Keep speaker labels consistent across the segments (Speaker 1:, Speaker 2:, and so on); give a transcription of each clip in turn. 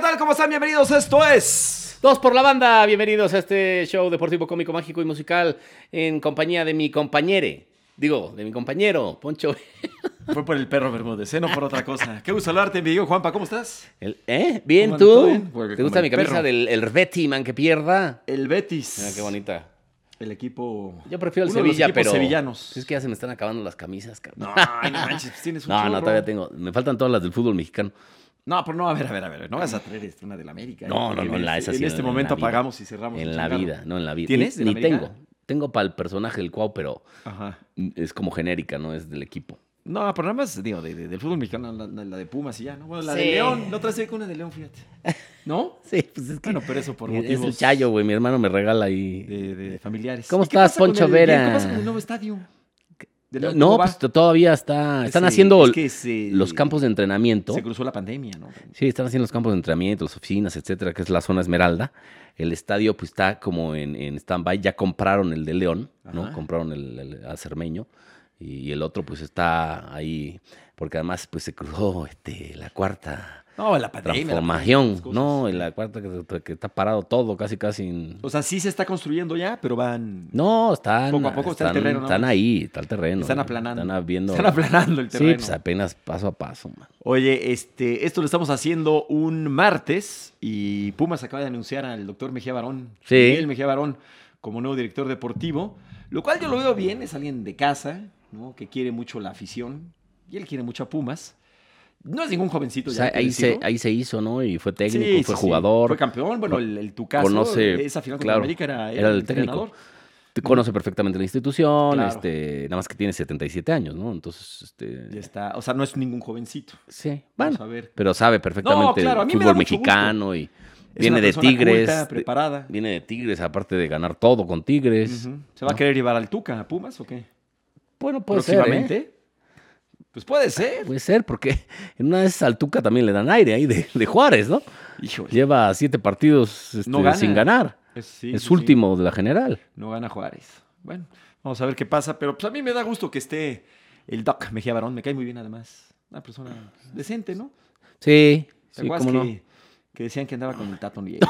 Speaker 1: tal? ¿Cómo están? Bienvenidos, esto es...
Speaker 2: Dos por la banda, bienvenidos a este show deportivo, cómico, mágico y musical en compañía de mi compañere, digo, de mi compañero, Poncho.
Speaker 1: Fue por el perro Bermúdez, ¿eh? No por otra cosa. Qué gusto saludarte, mi amigo Juanpa, ¿cómo estás?
Speaker 2: El- ¿Eh? ¿Bien
Speaker 1: ¿Cómo
Speaker 2: tú?
Speaker 1: ando? Porque
Speaker 2: ¿Te
Speaker 1: como
Speaker 2: gusta
Speaker 1: el
Speaker 2: mi camisa
Speaker 1: perro.
Speaker 2: del el Betty, man, que pierda?
Speaker 1: El
Speaker 2: Mira
Speaker 1: Betis.
Speaker 2: Ah, qué bonita.
Speaker 1: El equipo...
Speaker 2: Yo prefiero el
Speaker 1: Uno de los
Speaker 2: Sevilla,
Speaker 1: equipos
Speaker 2: pero...
Speaker 1: sevillanos.
Speaker 2: Es que ya se me están acabando las camisas, cabrón.
Speaker 1: No, ay, no manches, pues tienes un
Speaker 2: No, no,
Speaker 1: chorro.
Speaker 2: todavía tengo. Me faltan todas las del fútbol mexicano.
Speaker 1: No, pero no, a ver, a ver, a ver. No vas a traer este, una de la América. ¿eh?
Speaker 2: No, no,
Speaker 1: Porque
Speaker 2: no, en la- esa
Speaker 1: En
Speaker 2: sí,
Speaker 1: este
Speaker 2: en la
Speaker 1: momento
Speaker 2: vida.
Speaker 1: apagamos y cerramos. el
Speaker 2: en la
Speaker 1: changarro.
Speaker 2: vida, no en la vida.
Speaker 1: ¿Tienes de
Speaker 2: Ni,
Speaker 1: la
Speaker 2: ni
Speaker 1: América?
Speaker 2: tengo. Tengo para el personaje del Cuau, pero
Speaker 1: Ajá.
Speaker 2: es como genérica, no es del equipo.
Speaker 1: No, pero nada más, digo, de- de- del fútbol mexicano, la, la- la de Pumas y ya, ¿no? Bueno, la de
Speaker 2: Sí.
Speaker 1: León, la otra vez con una de León, fíjate. ¿No?
Speaker 2: Sí, pues es que...
Speaker 1: Bueno, pero eso por
Speaker 2: es
Speaker 1: motivos...
Speaker 2: el Chayo, güey. Mi hermano me regala ahí.
Speaker 1: De, de familiares.
Speaker 2: Eh, ¿Cómo
Speaker 1: ¿Y qué
Speaker 2: estás,
Speaker 1: pasa con
Speaker 2: Poncho
Speaker 1: el-
Speaker 2: Vera?
Speaker 1: ¿Qué pasa con el nuevo estadio? Del nuevo-
Speaker 2: No,
Speaker 1: ¿cómo va?
Speaker 2: pues t- todavía está. Están
Speaker 1: Ese-
Speaker 2: haciendo
Speaker 1: es que se-
Speaker 2: los campos de entrenamiento.
Speaker 1: Se cruzó la pandemia, ¿no?
Speaker 2: Sí, están haciendo los campos de entrenamiento, las oficinas, etcétera, que es la zona Esmeralda. El estadio, pues, está como en, en stand-by. Ya compraron el de León, ¿no?
Speaker 1: Ajá.
Speaker 2: Compraron el, el acermeño. Y, y el otro, pues, está ahí. Porque además, pues, se cruzó este, la cuarta
Speaker 1: No, la pandemia. la pandemia,
Speaker 2: transformación,
Speaker 1: las cosas.
Speaker 2: ¿no? Y la cuarta que, que está parado todo, casi, casi. en-
Speaker 1: O sea, sí se está construyendo ya, pero van...
Speaker 2: No, están.
Speaker 1: Poco a poco está el
Speaker 2: están-
Speaker 1: terreno, ¿no?
Speaker 2: Están ahí, está el terreno.
Speaker 1: Están
Speaker 2: ¿no?
Speaker 1: aplanando.
Speaker 2: Están abriendo-
Speaker 1: Están aplanando el terreno.
Speaker 2: Sí, pues apenas paso a paso, man.
Speaker 1: Oye, este, esto lo estamos haciendo un martes y Pumas acaba de anunciar al doctor Mejía Barón,
Speaker 2: Sí.
Speaker 1: Miguel Mejía Barón, como nuevo director deportivo, lo cual yo lo veo bien, es alguien de casa, ¿no? que quiere mucho la afición y él quiere mucho a Pumas. No es ningún jovencito
Speaker 2: O
Speaker 1: Pues ya. hay
Speaker 2: sea,
Speaker 1: que
Speaker 2: ahí, se,
Speaker 1: decirlo.
Speaker 2: ahí se hizo, ¿no? Y fue técnico,
Speaker 1: Sí,
Speaker 2: fue
Speaker 1: sí, sí.
Speaker 2: jugador.
Speaker 1: Fue campeón, bueno, el, el Tucaso,
Speaker 2: conoce-
Speaker 1: esa final
Speaker 2: claro,
Speaker 1: contra América era,
Speaker 2: era el técnico.
Speaker 1: entrenador.
Speaker 2: Te conoce perfectamente la institución,
Speaker 1: Claro.
Speaker 2: este, nada más que tiene 77 años, ¿no? Entonces, este,
Speaker 1: Ya está, o sea, no es ningún jovencito.
Speaker 2: sí,
Speaker 1: Vamos
Speaker 2: bueno,
Speaker 1: a ver.
Speaker 2: pero sabe perfectamente
Speaker 1: claro, a
Speaker 2: el
Speaker 1: mí me da
Speaker 2: fútbol
Speaker 1: mucho gusto.
Speaker 2: mexicano y
Speaker 1: Es
Speaker 2: viene
Speaker 1: una
Speaker 2: de
Speaker 1: persona
Speaker 2: Tigres,
Speaker 1: culta,
Speaker 2: de-
Speaker 1: preparada.
Speaker 2: viene de Tigres, aparte de ganar todo con Tigres.
Speaker 1: Ujú. ¿Se va a querer llevar al Tuca a Pumas o qué?
Speaker 2: Bueno, puede ser,
Speaker 1: próximamente.
Speaker 2: ¿eh?
Speaker 1: Pues puede ser.
Speaker 2: puede ser, porque en una de esas al Tuca también le dan aire ahí de, de Juárez, ¿no?
Speaker 1: Híjole.
Speaker 2: pues, Lleva siete partidos este,
Speaker 1: No gana.
Speaker 2: sin ganar.
Speaker 1: Es, sí,
Speaker 2: es
Speaker 1: sí, sí.
Speaker 2: último de la general.
Speaker 1: No gana Juárez. Bueno, vamos a ver qué pasa, pero pues a mí me da gusto que esté el Doc Mejía Barón. Me cae muy bien además. Una persona decente, ¿no?
Speaker 2: Sí,
Speaker 1: ¿Te
Speaker 2: sí,
Speaker 1: acuerdas
Speaker 2: cómo no.
Speaker 1: que, que decían que andaba con el Tato Noriega?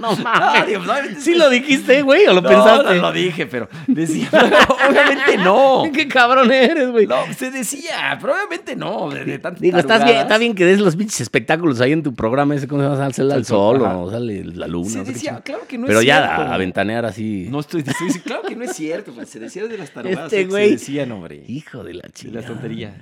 Speaker 2: No
Speaker 1: Ah, Dios, no, es
Speaker 2: Sí
Speaker 1: que-
Speaker 2: lo dijiste, güey, o lo
Speaker 1: No,
Speaker 2: pensaste.
Speaker 1: no lo dije, pero decía, obviamente no.
Speaker 2: Qué cabrón eres, güey.
Speaker 1: No, se decía, probablemente no. De, de tantas
Speaker 2: Digo, estás
Speaker 1: tarugadas.
Speaker 2: bien, está bien que des los pinches espectáculos ahí en tu programa ese, ¿cómo se llama? Sale
Speaker 1: Al
Speaker 2: al
Speaker 1: sol,
Speaker 2: sol,
Speaker 1: ajá.
Speaker 2: o sale la luna.
Speaker 1: Se
Speaker 2: no sé qué
Speaker 1: decía,
Speaker 2: chingada.
Speaker 1: claro que no
Speaker 2: Pero
Speaker 1: es
Speaker 2: ya
Speaker 1: cierto.
Speaker 2: a ventanear así.
Speaker 1: No estoy estoy diciendo, claro que no es cierto, pues, se decía de las tarugadas.
Speaker 2: Este
Speaker 1: ¿eh? Que
Speaker 2: güey.
Speaker 1: Se decían, hombre.
Speaker 2: Hijo de la
Speaker 1: De las
Speaker 2: chingada.
Speaker 1: tonterías.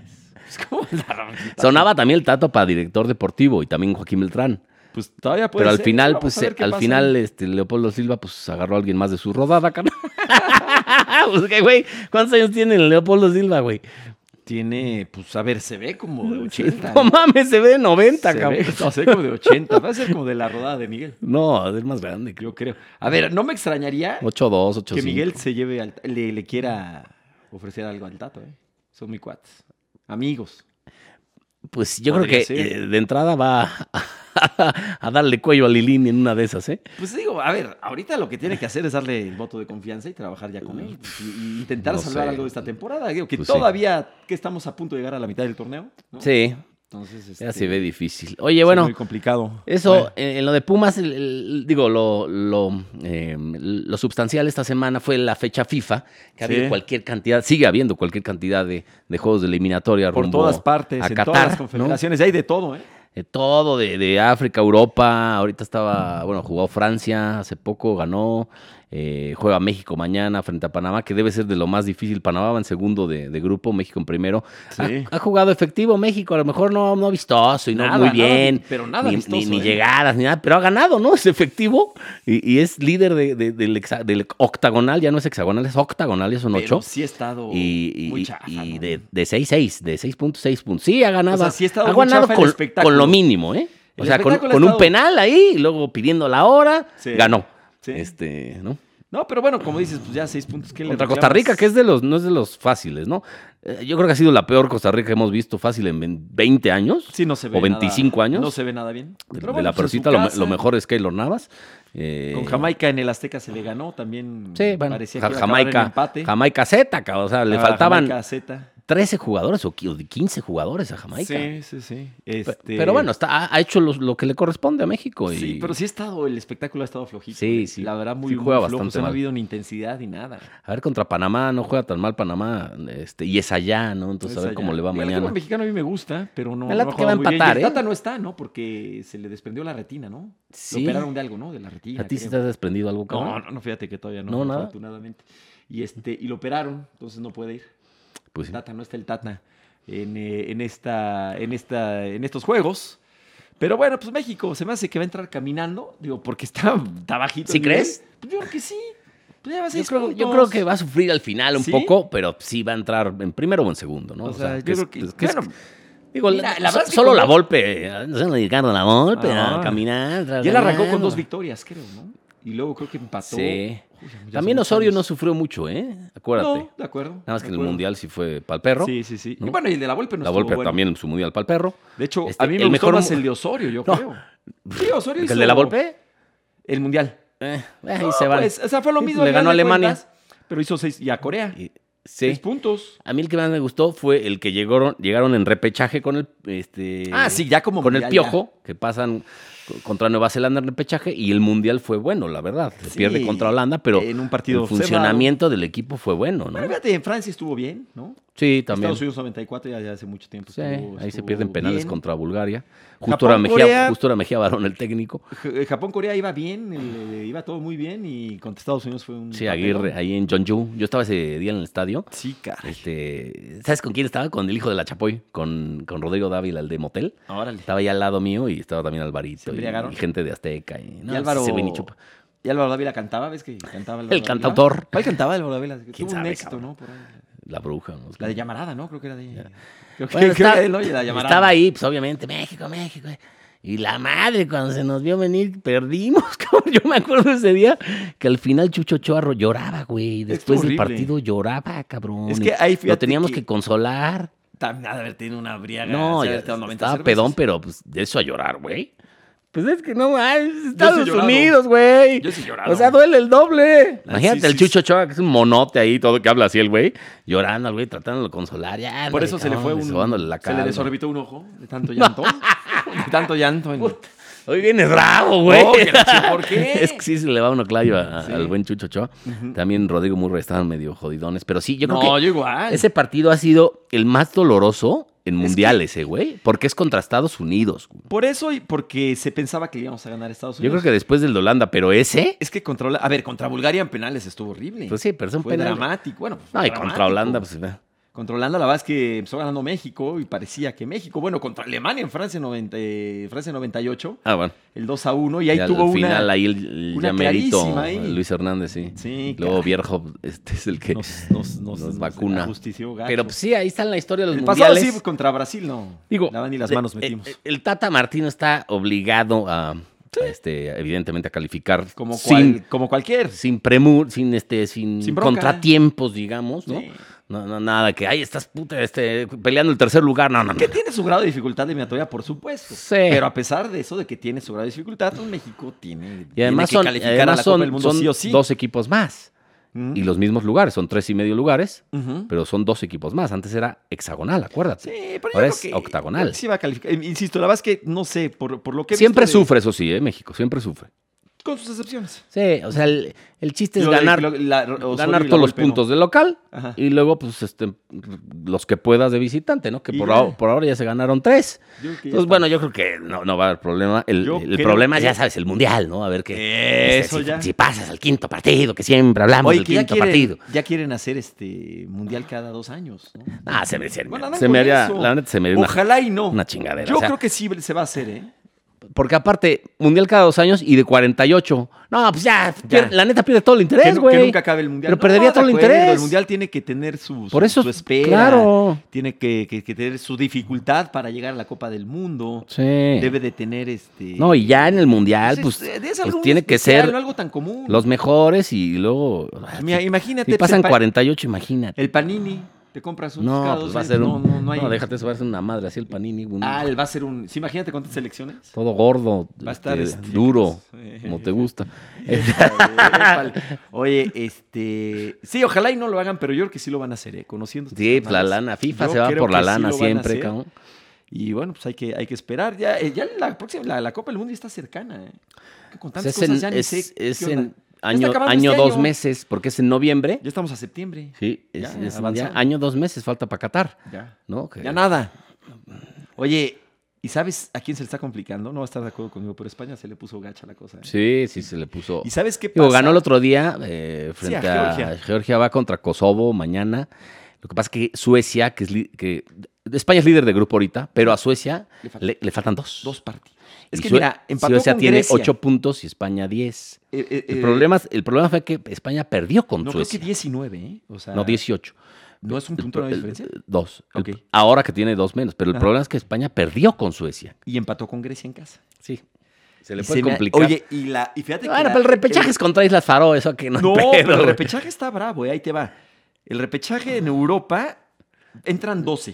Speaker 1: Es como la
Speaker 2: Sonaba también el Tato para director deportivo y también Joaquín Beltrán.
Speaker 1: Pues todavía puede
Speaker 2: Pero al
Speaker 1: ser,
Speaker 2: final,
Speaker 1: vamos
Speaker 2: pues,
Speaker 1: a ver
Speaker 2: eh,
Speaker 1: qué
Speaker 2: al
Speaker 1: pasa.
Speaker 2: final, este, Leopoldo Silva, pues, agarró a alguien más de su rodada, carnal. pues, que, güey, ¿cuántos años tiene el Leopoldo Silva, güey?
Speaker 1: Tiene, pues, a ver, se ve como de 80.
Speaker 2: No mames, se ve de 90,
Speaker 1: Se
Speaker 2: cabrón.
Speaker 1: ve, no, se ve como de 80. Va a ser como de la rodada de Miguel,
Speaker 2: No, es más grande. creo.
Speaker 1: yo creo. A ver, no me extrañaría
Speaker 2: 8-2, 8-5.
Speaker 1: que Miguel se lleve al, le, le quiera ofrecer algo al Tato, ¿eh? Son mi cuates. Amigos.
Speaker 2: Pues yo creo
Speaker 1: Podría
Speaker 2: que
Speaker 1: ser.
Speaker 2: eh, de entrada va a, a darle cuello a Lilín en una de esas, ¿eh?
Speaker 1: Pues digo, a ver, ahorita lo que tiene que hacer es darle el voto de confianza y trabajar ya con él. pues, y, y intentar
Speaker 2: No
Speaker 1: salvar
Speaker 2: sé.
Speaker 1: algo de esta temporada. Digo, que
Speaker 2: Pues sí.
Speaker 1: todavía que estamos a punto de llegar a la mitad del torneo. ¿no?
Speaker 2: Sí,
Speaker 1: Entonces, este,
Speaker 2: ya se ve difícil. Oye, bueno,
Speaker 1: muy complicado.
Speaker 2: eso,
Speaker 1: Bueno,
Speaker 2: eh, en lo de Pumas, el- el- digo, lo, lo, eh, lo sustancial esta semana fue la fecha FIFA, que ha
Speaker 1: Sí.
Speaker 2: habido cualquier cantidad, sigue habiendo cualquier cantidad de, de juegos de eliminatoria
Speaker 1: por
Speaker 2: rumbo
Speaker 1: todas partes,
Speaker 2: a
Speaker 1: en
Speaker 2: Qatar,
Speaker 1: todas las
Speaker 2: ¿no?
Speaker 1: confederaciones, hay de todo, ¿eh?
Speaker 2: De todo, de, de África, Europa. Ahorita estaba, bueno, jugó Francia hace poco, ganó. Eh, juega México mañana frente a Panamá, que debe ser de lo más difícil. Panamá va en segundo de, de grupo, México en primero.
Speaker 1: Sí.
Speaker 2: Ha, ha jugado efectivo México, a lo mejor no, no vistoso y
Speaker 1: Nada,
Speaker 2: no
Speaker 1: nada,
Speaker 2: muy bien.
Speaker 1: pero nada
Speaker 2: ni,
Speaker 1: vistoso,
Speaker 2: ni- ni
Speaker 1: ¿eh?
Speaker 2: llegadas, ni nada, pero ha ganado, ¿no? Es efectivo y, y es líder de- de- del, hexa- del octagonal, ya no es hexagonal, es octagonal, ya son
Speaker 1: Pero
Speaker 2: ocho.
Speaker 1: sí ha estado
Speaker 2: Y, y-
Speaker 1: muy
Speaker 2: y-
Speaker 1: chafa,
Speaker 2: y
Speaker 1: ¿no?
Speaker 2: de de 6-6, de 6.6 puntos. Sí, ha ganado.
Speaker 1: O sea, sí ha estado
Speaker 2: ha
Speaker 1: muy
Speaker 2: ganado
Speaker 1: chafa el
Speaker 2: con,
Speaker 1: espectáculo.
Speaker 2: con lo mínimo, ¿eh? O
Speaker 1: El
Speaker 2: sea, con,
Speaker 1: espectáculo ha
Speaker 2: con un
Speaker 1: estado-
Speaker 2: penal ahí, y luego pidiendo la hora,
Speaker 1: Sí.
Speaker 2: ganó.
Speaker 1: Sí.
Speaker 2: Este, ¿no?
Speaker 1: No, pero bueno, como dices, pues ya seis puntos. ¿qué le
Speaker 2: Contra
Speaker 1: reclamas?
Speaker 2: Costa Rica, que es de los, no es de los fáciles, ¿no? Eh, yo creo que ha sido la peor Costa Rica que hemos visto fácil en vein- 20 años.
Speaker 1: Sí, no se ve
Speaker 2: O 25
Speaker 1: nada-
Speaker 2: años.
Speaker 1: No se ve nada bien.
Speaker 2: De,
Speaker 1: Pero
Speaker 2: de
Speaker 1: bueno,
Speaker 2: la
Speaker 1: pues en su
Speaker 2: percita, lo, me-
Speaker 1: casa,
Speaker 2: lo mejor es Keylor Navas. Eh,
Speaker 1: Con Jamaica en el Azteca se le ganó también.
Speaker 2: Sí, bueno,
Speaker 1: Parecía
Speaker 2: Ja-
Speaker 1: que iba a acabar en
Speaker 2: Jamaica,
Speaker 1: empate.
Speaker 2: Jamaica Z, cabrón, o sea, le
Speaker 1: A
Speaker 2: faltaban
Speaker 1: Ah, Jamaica Z.
Speaker 2: 13 jugadores o 15 jugadores a Jamaica.
Speaker 1: Sí, sí, sí.
Speaker 2: Pe-
Speaker 1: Este,
Speaker 2: Pero bueno, está, ha- ha hecho los- lo, que le corresponde a México. Y,
Speaker 1: Sí, pero sí ha estado, el espectáculo ha estado flojito.
Speaker 2: Sí,
Speaker 1: eh.
Speaker 2: sí.
Speaker 1: La verdad, muy,
Speaker 2: Sí juega
Speaker 1: muy flojo.
Speaker 2: bastante
Speaker 1: O sea, no ha
Speaker 2: mal.
Speaker 1: habido ni intensidad ni nada.
Speaker 2: A ver, contra Panamá no juega tan mal Panamá. Este, y es allá, ¿no? Entonces a ver
Speaker 1: Esa
Speaker 2: cómo
Speaker 1: ya.
Speaker 2: le va
Speaker 1: Digo, El
Speaker 2: mañana.
Speaker 1: equipo mexicano a mí me gusta, pero no.
Speaker 2: Me late
Speaker 1: no ha
Speaker 2: que va
Speaker 1: jugado
Speaker 2: a
Speaker 1: muy bien. Y
Speaker 2: empatar, ¿eh?
Speaker 1: El Tata no está, ¿no? Porque se le desprendió la retina, ¿no?
Speaker 2: Sí.
Speaker 1: Lo operaron de algo, ¿no? De la retina.
Speaker 2: ¿A ti sí
Speaker 1: creo.
Speaker 2: te has desprendido algo, cabrón?
Speaker 1: No, no, no, fíjate que todavía no.
Speaker 2: No, nada.
Speaker 1: Afortunadamente. Y, este, y lo operaron, entonces no puede ir.
Speaker 2: Pues sí.
Speaker 1: Tata, no está el Tata en, eh, en, esta, en, esta, en estos juegos. Pero bueno, pues México se me hace que va a entrar caminando. Digo, porque está, está bajito.
Speaker 2: ¿Sí
Speaker 1: el nivel.
Speaker 2: crees?
Speaker 1: Pues yo creo que sí. Pues lleva
Speaker 2: Yo
Speaker 1: seis
Speaker 2: creo, yo
Speaker 1: puntos.
Speaker 2: creo que va a sufrir al final un
Speaker 1: ¿Sí?
Speaker 2: poco, pero sí va a entrar en primero o en segundo, ¿no?
Speaker 1: O sea, yo
Speaker 2: es-
Speaker 1: creo que.
Speaker 2: es- es-
Speaker 1: bueno,
Speaker 2: digo,
Speaker 1: mira,
Speaker 2: la-
Speaker 1: la verdad es que
Speaker 2: solo
Speaker 1: con-
Speaker 2: la golpe, eh, no sé, Ricardo, la golpe,
Speaker 1: Ah.
Speaker 2: a caminar.
Speaker 1: Y él arrancó con
Speaker 2: ganando.
Speaker 1: dos victorias, creo, ¿no? Y luego creo que empató.
Speaker 2: Sí.
Speaker 1: Uy, ya- ya
Speaker 2: También
Speaker 1: son muchos
Speaker 2: Osorio no
Speaker 1: años.
Speaker 2: sufrió mucho, ¿eh? Acuérdate.
Speaker 1: No, de acuerdo.
Speaker 2: Nada más que
Speaker 1: de
Speaker 2: en el
Speaker 1: acuerdo.
Speaker 2: mundial sí fue pal perro.
Speaker 1: Sí, sí, sí.
Speaker 2: ¿no?
Speaker 1: Y bueno, y el de la Volpe no
Speaker 2: la
Speaker 1: estuvo
Speaker 2: golpe
Speaker 1: bueno.
Speaker 2: también en su mundial pal perro.
Speaker 1: De hecho,
Speaker 2: Este,
Speaker 1: a mí me
Speaker 2: el
Speaker 1: gustó
Speaker 2: mejor
Speaker 1: más
Speaker 2: mu-
Speaker 1: el de Osorio, yo
Speaker 2: No.
Speaker 1: creo. Sí, Osorio
Speaker 2: ¿El
Speaker 1: hizo-
Speaker 2: de la golpe?
Speaker 1: El mundial.
Speaker 2: Eh, ahí
Speaker 1: No,
Speaker 2: se va.
Speaker 1: pues, o sea, fue lo
Speaker 2: Sí,
Speaker 1: mismo.
Speaker 2: le
Speaker 1: al final
Speaker 2: ganó
Speaker 1: de
Speaker 2: Alemania.
Speaker 1: cuentas, pero hizo seis. Y a Corea.
Speaker 2: Y-
Speaker 1: Seis
Speaker 2: sí.
Speaker 1: puntos.
Speaker 2: A mí el que más me gustó fue el que llegaron, llegaron en repechaje con el este
Speaker 1: Ah, ya como
Speaker 2: con el
Speaker 1: mundial, ya.
Speaker 2: piojo, que pasan co- contra Nueva Zelanda en repechaje, y el mundial fue bueno, la verdad. Se
Speaker 1: Sí,
Speaker 2: pierde contra Holanda, pero
Speaker 1: en un partido
Speaker 2: el funcionamiento del equipo fue bueno,
Speaker 1: Bueno,
Speaker 2: ¿no?
Speaker 1: fíjate, en Francia estuvo bien, ¿no?
Speaker 2: Sí, también.
Speaker 1: Estados Unidos 94 ya, ya hace mucho tiempo.
Speaker 2: Sí,
Speaker 1: estuvo-
Speaker 2: ahí se
Speaker 1: estuvo
Speaker 2: pierden penales
Speaker 1: bien.
Speaker 2: contra Bulgaria. Justo
Speaker 1: Japón,
Speaker 2: era Mejía,
Speaker 1: Corea.
Speaker 2: justo era Mejía Barón el técnico.
Speaker 1: Ja- eh, Japón-Corea iba bien, el- eh, iba todo muy bien y contra Estados Unidos fue un.
Speaker 2: Sí,
Speaker 1: papelón.
Speaker 2: Aguirre, ahí en Jeonju. Yo estaba ese día en el estadio.
Speaker 1: Sí, caray.
Speaker 2: Este, ¿Sabes con quién estaba? Con el hijo de la Chapoy, con, con Rodrigo Dávila, el de Motel.
Speaker 1: Órale.
Speaker 2: Estaba ahí al lado mío y estaba también Alvarito
Speaker 1: ¿Se
Speaker 2: y,
Speaker 1: embriagaron?
Speaker 2: y gente de Azteca. Y, no,
Speaker 1: Y Álvaro-
Speaker 2: ese güey ni chupa.
Speaker 1: Y Álvaro Dávila cantaba, ¿ves que cantaba Álvaro
Speaker 2: El
Speaker 1: Dávila?
Speaker 2: cantautor.
Speaker 1: ¿Cuál cantaba Álvaro Dávila? Tuvo un
Speaker 2: sabe,
Speaker 1: éxito,
Speaker 2: cabrón?
Speaker 1: ¿no? Por ahí.
Speaker 2: La bruja. ¿no?
Speaker 1: La de Llamarada, ¿no? Creo que era de. Creo que,
Speaker 2: Bueno,
Speaker 1: creo
Speaker 2: estaba-
Speaker 1: que era de él, ¿no? Y la Llamarada.
Speaker 2: estaba ahí, pues obviamente, México, México. eh. Y la madre, cuando se nos vio venir, perdimos, cabrón. Yo me acuerdo ese día que al final Chucho Chorro lloraba, güey. Después del
Speaker 1: horrible.
Speaker 2: partido lloraba, cabrón.
Speaker 1: Es que ahí,
Speaker 2: Y Lo
Speaker 1: fíjate
Speaker 2: teníamos que,
Speaker 1: que-
Speaker 2: consolar.
Speaker 1: También ha de haber tenido una briaga.
Speaker 2: No,
Speaker 1: Eh, se ha de
Speaker 2: ya
Speaker 1: haber echado 90
Speaker 2: estaba
Speaker 1: cervezas.
Speaker 2: pedón, pero pues, de eso a llorar, güey. Pues es que no, ay, es Estados
Speaker 1: llorado.
Speaker 2: Unidos, güey.
Speaker 1: Yo sí llorado.
Speaker 2: O sea, duele el doble.
Speaker 1: Ah,
Speaker 2: Imagínate
Speaker 1: sí,
Speaker 2: el
Speaker 1: sí,
Speaker 2: Chucho Chava, que es un monote ahí, todo que habla así el güey, llorando al güey, tratándolo de consolar. Ya,
Speaker 1: Por
Speaker 2: ándale,
Speaker 1: eso se le fue
Speaker 2: cabrón,
Speaker 1: un.
Speaker 2: sobándole la
Speaker 1: se le
Speaker 2: calma.
Speaker 1: desorbitó un ojo de tanto llanto. de tanto llanto. en-
Speaker 2: Hoy vienes bravo, güey.
Speaker 1: No, que la chi- ¿por qué?
Speaker 2: Es que sí se le va uno clayo a-
Speaker 1: Sí.
Speaker 2: al buen Chucho Ochoa. También Rodrigo Murray estaban medio jodidones. Pero sí, yo
Speaker 1: no,
Speaker 2: creo que
Speaker 1: yo igual.
Speaker 2: ese partido ha sido el más doloroso en mundiales, eh, güey. Porque es contra Estados Unidos. güey.
Speaker 1: Por eso y porque se pensaba que le íbamos a ganar a Estados
Speaker 2: Yo
Speaker 1: Unidos.
Speaker 2: creo que después del de Holanda, pero ese.
Speaker 1: Es que contra. Hola- A ver, contra Bulgaria en penales estuvo horrible.
Speaker 2: Pues sí, pero son
Speaker 1: fue
Speaker 2: penales.
Speaker 1: dramático. Bueno, fue
Speaker 2: No, y
Speaker 1: dramático.
Speaker 2: contra Holanda, pues. eh.
Speaker 1: Contra Holanda, la verdad es que empezó ganando México y parecía que México. Bueno, contra Alemania en Francia, en 90, eh, Francia en 98,
Speaker 2: Ah, bueno.
Speaker 1: el 2 a 1. Y ahí
Speaker 2: Y al
Speaker 1: tuvo una.
Speaker 2: final ahí el, el
Speaker 1: una
Speaker 2: ya merito,
Speaker 1: clarísima ahí.
Speaker 2: Luis Hernández, sí.
Speaker 1: Sí,
Speaker 2: Luego
Speaker 1: caray.
Speaker 2: Bierhoff, este es el que.
Speaker 1: nos, nos,
Speaker 2: nos vacuna.
Speaker 1: ajustició gacho.
Speaker 2: Pero pues, sí, ahí está en la historia de los
Speaker 1: el pasado
Speaker 2: mundiales.
Speaker 1: sí, contra Brasil no.
Speaker 2: Digo,
Speaker 1: la van y las
Speaker 2: de-
Speaker 1: manos
Speaker 2: eh,
Speaker 1: metimos.
Speaker 2: eh, El, Tata Martino está obligado a, a, este, evidentemente, a calificar
Speaker 1: como,
Speaker 2: sin,
Speaker 1: cual- como cualquier.
Speaker 2: sin premur, sin este, sin,
Speaker 1: Sin bronca. ¿eh?
Speaker 2: contratiempos, digamos, ¿no?
Speaker 1: Sí.
Speaker 2: No, no, nada que, ay, estás puta, este, peleando el tercer lugar, no, no, no.
Speaker 1: Que tiene su grado de dificultad de eliminatoria, por supuesto.
Speaker 2: Sí.
Speaker 1: Pero a pesar de eso, de que tiene su grado de dificultad, pues México tiene,
Speaker 2: Y además
Speaker 1: tiene
Speaker 2: son,
Speaker 1: que calificar a
Speaker 2: además
Speaker 1: la Copa
Speaker 2: son,
Speaker 1: del Mundo
Speaker 2: son
Speaker 1: sí o sí.
Speaker 2: dos equipos más
Speaker 1: Ujú.
Speaker 2: y los mismos lugares, son tres y medio lugares,
Speaker 1: Ujú.
Speaker 2: pero son dos equipos más. Antes era hexagonal, acuérdate.
Speaker 1: Sí, pero yo
Speaker 2: Ahora
Speaker 1: creo
Speaker 2: es
Speaker 1: que-
Speaker 2: octagonal.
Speaker 1: creo que Sí va a calificar. Eh, Insisto, la verdad es que no sé, por, por lo que he
Speaker 2: Siempre
Speaker 1: visto de-
Speaker 2: sufre, eso sí, ¿eh? México, siempre sufre.
Speaker 1: Con sus excepciones.
Speaker 2: Sí, o sea, el, el chiste es
Speaker 1: Lo de-
Speaker 2: ganar,
Speaker 1: lo- la- Osorio y
Speaker 2: ganar
Speaker 1: la
Speaker 2: todos los
Speaker 1: Volpe, no. Ah.
Speaker 2: puntos de local
Speaker 1: Ajá.
Speaker 2: y luego, pues, este, los que puedas de visitante, ¿no? Que
Speaker 1: Y
Speaker 2: por,
Speaker 1: ya.
Speaker 2: ahora- por ahora ya se ganaron tres.
Speaker 1: Yo creo que ya
Speaker 2: Entonces,
Speaker 1: está.
Speaker 2: bueno, yo creo que no, no va a haber problema. El,
Speaker 1: Yo
Speaker 2: el
Speaker 1: creo
Speaker 2: problema, es,
Speaker 1: que-
Speaker 2: ya sabes, el mundial, ¿no? A ver qué. este,
Speaker 1: Eso
Speaker 2: si,
Speaker 1: ya.
Speaker 2: si pasas al quinto partido, que siempre hablamos
Speaker 1: Oye,
Speaker 2: del
Speaker 1: que ya
Speaker 2: quinto
Speaker 1: quieren,
Speaker 2: partido.
Speaker 1: ya quieren hacer este mundial cada dos años. ¿no?
Speaker 2: Ah, se me, se me-
Speaker 1: Bueno, andan
Speaker 2: se me
Speaker 1: con
Speaker 2: haría,
Speaker 1: eso.
Speaker 2: la neta, se me haría una-
Speaker 1: Ojalá y no.
Speaker 2: una chingadera,
Speaker 1: Yo
Speaker 2: o sea.
Speaker 1: creo que sí se va a hacer, ¿eh?
Speaker 2: Porque aparte, mundial cada dos años y de 48. No, pues ya, pier- la neta pierde todo el
Speaker 1: Que,
Speaker 2: interés,
Speaker 1: nu-
Speaker 2: güey.
Speaker 1: que nunca acabe el mundial.
Speaker 2: Pero
Speaker 1: No,
Speaker 2: perdería
Speaker 1: de
Speaker 2: todo el
Speaker 1: acuerdo,
Speaker 2: interés.
Speaker 1: El mundial tiene que tener su, su-
Speaker 2: Por eso,
Speaker 1: su espera.
Speaker 2: claro.
Speaker 1: Tiene que, que- que tener su dificultad para llegar a la Copa del Mundo.
Speaker 2: Sí.
Speaker 1: Debe de tener este.
Speaker 2: No, y ya en el mundial, pues,
Speaker 1: es- es
Speaker 2: pues,
Speaker 1: algo
Speaker 2: tiene que
Speaker 1: especial,
Speaker 2: ser
Speaker 1: no algo tan común.
Speaker 2: los mejores y luego. ah,
Speaker 1: Mira,
Speaker 2: si-
Speaker 1: imagínate.
Speaker 2: si
Speaker 1: pues,
Speaker 2: pasan
Speaker 1: el, pa-
Speaker 2: 48, imagínate.
Speaker 1: el Panini. Te compras un
Speaker 2: No,
Speaker 1: cada
Speaker 2: pues
Speaker 1: dos
Speaker 2: va a
Speaker 1: veces.
Speaker 2: ser un.
Speaker 1: No, no, no hay.
Speaker 2: déjate eso, va a ser una madre así el panini. un-
Speaker 1: Ah, el va a ser un. Sí, imagínate cuántas selecciones.
Speaker 2: Todo gordo,
Speaker 1: Va a estar
Speaker 2: este,
Speaker 1: este,
Speaker 2: duro,
Speaker 1: sí.
Speaker 2: como te gusta.
Speaker 1: Épale, épale. Oye, este. Sí, ojalá y no lo hagan, pero yo creo que sí lo van a hacer, ¿eh? Conociendo. estos
Speaker 2: Sí, pues, la
Speaker 1: canales.
Speaker 2: lana. FIFA
Speaker 1: Yo
Speaker 2: se va
Speaker 1: creo
Speaker 2: por la
Speaker 1: que sí
Speaker 2: lana
Speaker 1: lo van a
Speaker 2: siempre,
Speaker 1: hacer.
Speaker 2: cabrón.
Speaker 1: Y bueno, pues hay que, hay que esperar. Ya, eh, ya la próxima, la, la Copa del Mundo ya está cercana, ¿eh? Con
Speaker 2: Pues
Speaker 1: tantas
Speaker 2: es en,
Speaker 1: cosas ya ni
Speaker 2: es-
Speaker 1: sé
Speaker 2: es
Speaker 1: qué
Speaker 2: en
Speaker 1: onda. Ya está
Speaker 2: año,
Speaker 1: acabando
Speaker 2: año
Speaker 1: este
Speaker 2: dos
Speaker 1: año.
Speaker 2: meses, porque es en noviembre.
Speaker 1: Ya estamos a septiembre.
Speaker 2: Sí, es,
Speaker 1: Ya,
Speaker 2: es- ya
Speaker 1: avanzado.
Speaker 2: año dos meses falta para Qatar,
Speaker 1: Ya.
Speaker 2: ¿no? Que-
Speaker 1: Ya nada. Oye, ¿y sabes a quién se le está complicando? No va a estar de acuerdo conmigo, pero España se le puso gacha la cosa. ¿eh?
Speaker 2: Sí, sí, se le puso.
Speaker 1: ¿Y sabes qué
Speaker 2: Digo,
Speaker 1: pasa?
Speaker 2: ganó el otro día eh, frente
Speaker 1: Sí,
Speaker 2: a,
Speaker 1: a
Speaker 2: Georgia.
Speaker 1: Georgia.
Speaker 2: va contra Kosovo mañana. Lo que pasa es que Suecia, que es li- que España es líder de grupo ahorita, pero a Suecia
Speaker 1: Le faltan
Speaker 2: le, le faltan dos.
Speaker 1: Dos partidos. Es
Speaker 2: Y
Speaker 1: que
Speaker 2: Sue-
Speaker 1: mira, empató
Speaker 2: Suecia
Speaker 1: con
Speaker 2: tiene
Speaker 1: Grecia.
Speaker 2: ocho puntos y España diez.
Speaker 1: Eh, eh,
Speaker 2: El,
Speaker 1: eh,
Speaker 2: problema, es- el problema fue que España perdió con
Speaker 1: No, creo
Speaker 2: Suecia.
Speaker 1: que 19, ¿eh? O sea,
Speaker 2: no, 18.
Speaker 1: ¿No es un
Speaker 2: El
Speaker 1: punto
Speaker 2: pro-
Speaker 1: de
Speaker 2: el-
Speaker 1: diferencia?
Speaker 2: Dos. El-
Speaker 1: Ok.
Speaker 2: ahora que tiene dos menos, pero el
Speaker 1: Ajá.
Speaker 2: problema es que España perdió con Suecia.
Speaker 1: Y empató con Grecia en casa.
Speaker 2: Sí. Se le
Speaker 1: Y
Speaker 2: puede
Speaker 1: se me-
Speaker 2: complicar.
Speaker 1: Oye, y, la, y fíjate que...
Speaker 2: bueno,
Speaker 1: la-
Speaker 2: pero el repechaje es contra Islas Faroe, eso que no, hay
Speaker 1: No,
Speaker 2: pedo,
Speaker 1: pero el
Speaker 2: güey.
Speaker 1: repechaje está bravo, ¿eh? Ahí te va. El repechaje en Europa entran 12.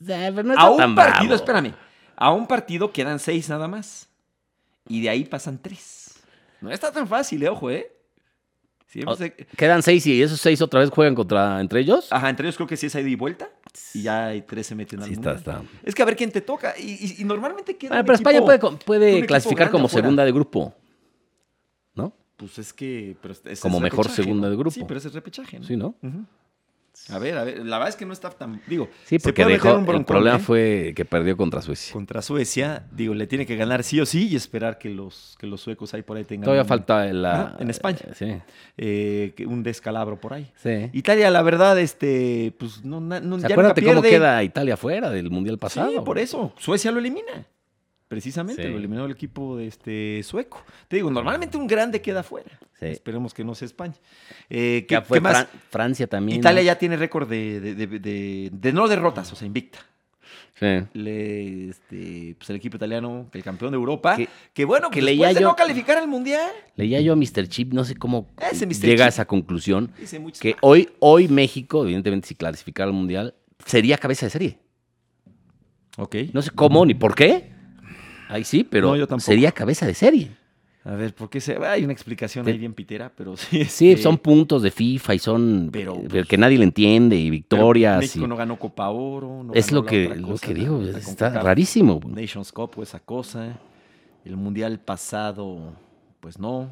Speaker 2: Eh, pero no está
Speaker 1: A un
Speaker 2: tan
Speaker 1: partido,
Speaker 2: bravo.
Speaker 1: espérame. A un partido quedan seis nada más. Y de ahí pasan tres. No está tan fácil, eh, ojo, ¿eh? Siempre
Speaker 2: O-
Speaker 1: se-
Speaker 2: Quedan seis y esos seis otra vez juegan contra entre ellos.
Speaker 1: Ajá, entre ellos creo que sí es ahí y vuelta. Y ya hay tres se meten al
Speaker 2: sí, está,
Speaker 1: Mundial.
Speaker 2: está.
Speaker 1: Es que a ver quién te toca. Y, y- y normalmente queda.
Speaker 2: Bueno,
Speaker 1: un
Speaker 2: pero España
Speaker 1: equipo-
Speaker 2: puede, co- puede
Speaker 1: un equipo
Speaker 2: clasificar
Speaker 1: grande
Speaker 2: como
Speaker 1: afuera.
Speaker 2: segunda de grupo. ¿No?
Speaker 1: Pues es que. pero ese es
Speaker 2: Como mejor
Speaker 1: repechaje,
Speaker 2: segunda
Speaker 1: ¿no?
Speaker 2: de grupo.
Speaker 1: Sí, pero ese es repechaje, ¿no?
Speaker 2: Sí, ¿no?
Speaker 1: Ujú. A ver, a ver. La verdad es que no está tan. Digo, se
Speaker 2: Sí, porque
Speaker 1: puede
Speaker 2: dejó,
Speaker 1: meter un
Speaker 2: el
Speaker 1: broncón,
Speaker 2: problema
Speaker 1: ¿eh?
Speaker 2: fue que perdió contra Suecia.
Speaker 1: Contra Suecia, digo, le tiene que ganar sí o sí y esperar que los, que los suecos ahí por ahí tengan.
Speaker 2: Todavía
Speaker 1: un-
Speaker 2: falta la...
Speaker 1: Ajá, Ah, en España.
Speaker 2: eh, Sí.
Speaker 1: eh, que un descalabro por ahí.
Speaker 2: sí.
Speaker 1: Italia, la verdad, este, pues no, na- no
Speaker 2: O sea,
Speaker 1: ya
Speaker 2: acuérdate
Speaker 1: nunca
Speaker 2: cómo
Speaker 1: pierde.
Speaker 2: queda Italia fuera del Mundial pasado.
Speaker 1: Sí, por eso. Suecia lo elimina. Precisamente,
Speaker 2: Sí.
Speaker 1: lo eliminó el equipo de este sueco. Te digo, normalmente un grande queda fuera.
Speaker 2: Sí.
Speaker 1: Esperemos que no sea España. Eh, ¿qué,
Speaker 2: Ya fue
Speaker 1: qué más?
Speaker 2: Fran- Francia también.
Speaker 1: Italia
Speaker 2: ¿no?
Speaker 1: ya tiene récord de, de- de- de- de no derrotas, o sea, invicta.
Speaker 2: Sí.
Speaker 1: Le- este, pues el equipo italiano, el campeón de Europa,
Speaker 2: Que-
Speaker 1: que, bueno,
Speaker 2: que
Speaker 1: pues,
Speaker 2: leía
Speaker 1: después de
Speaker 2: yo-
Speaker 1: no calificar al Mundial,
Speaker 2: Leía yo a Mr. Chip, no sé cómo
Speaker 1: Ese Mr.
Speaker 2: llega a
Speaker 1: Chip.
Speaker 2: esa conclusión.
Speaker 1: dice muchas
Speaker 2: Que hoy, hoy México, evidentemente, si clasificara al Mundial, sería cabeza de serie.
Speaker 1: Ok.
Speaker 2: No sé cómo ni por qué. Ahí sí, pero
Speaker 1: No, yo tampoco.
Speaker 2: sería cabeza de serie.
Speaker 1: A ver, ¿por qué se...? Hay una explicación
Speaker 2: Te-
Speaker 1: ahí bien pitera, pero sí.
Speaker 2: Sí,
Speaker 1: este,
Speaker 2: son puntos de FIFA y son
Speaker 1: Pero,
Speaker 2: eh,
Speaker 1: pues,
Speaker 2: que nadie le entiende y
Speaker 1: pero
Speaker 2: victorias.
Speaker 1: México
Speaker 2: y-
Speaker 1: no ganó Copa Oro. no
Speaker 2: es
Speaker 1: ganó
Speaker 2: lo
Speaker 1: la
Speaker 2: que,
Speaker 1: otra
Speaker 2: lo
Speaker 1: cosa,
Speaker 2: que
Speaker 1: la-
Speaker 2: digo,
Speaker 1: la
Speaker 2: está
Speaker 1: CONCACAF
Speaker 2: rarísimo.
Speaker 1: Nations Cup o esa cosa. El Mundial pasado, pues no.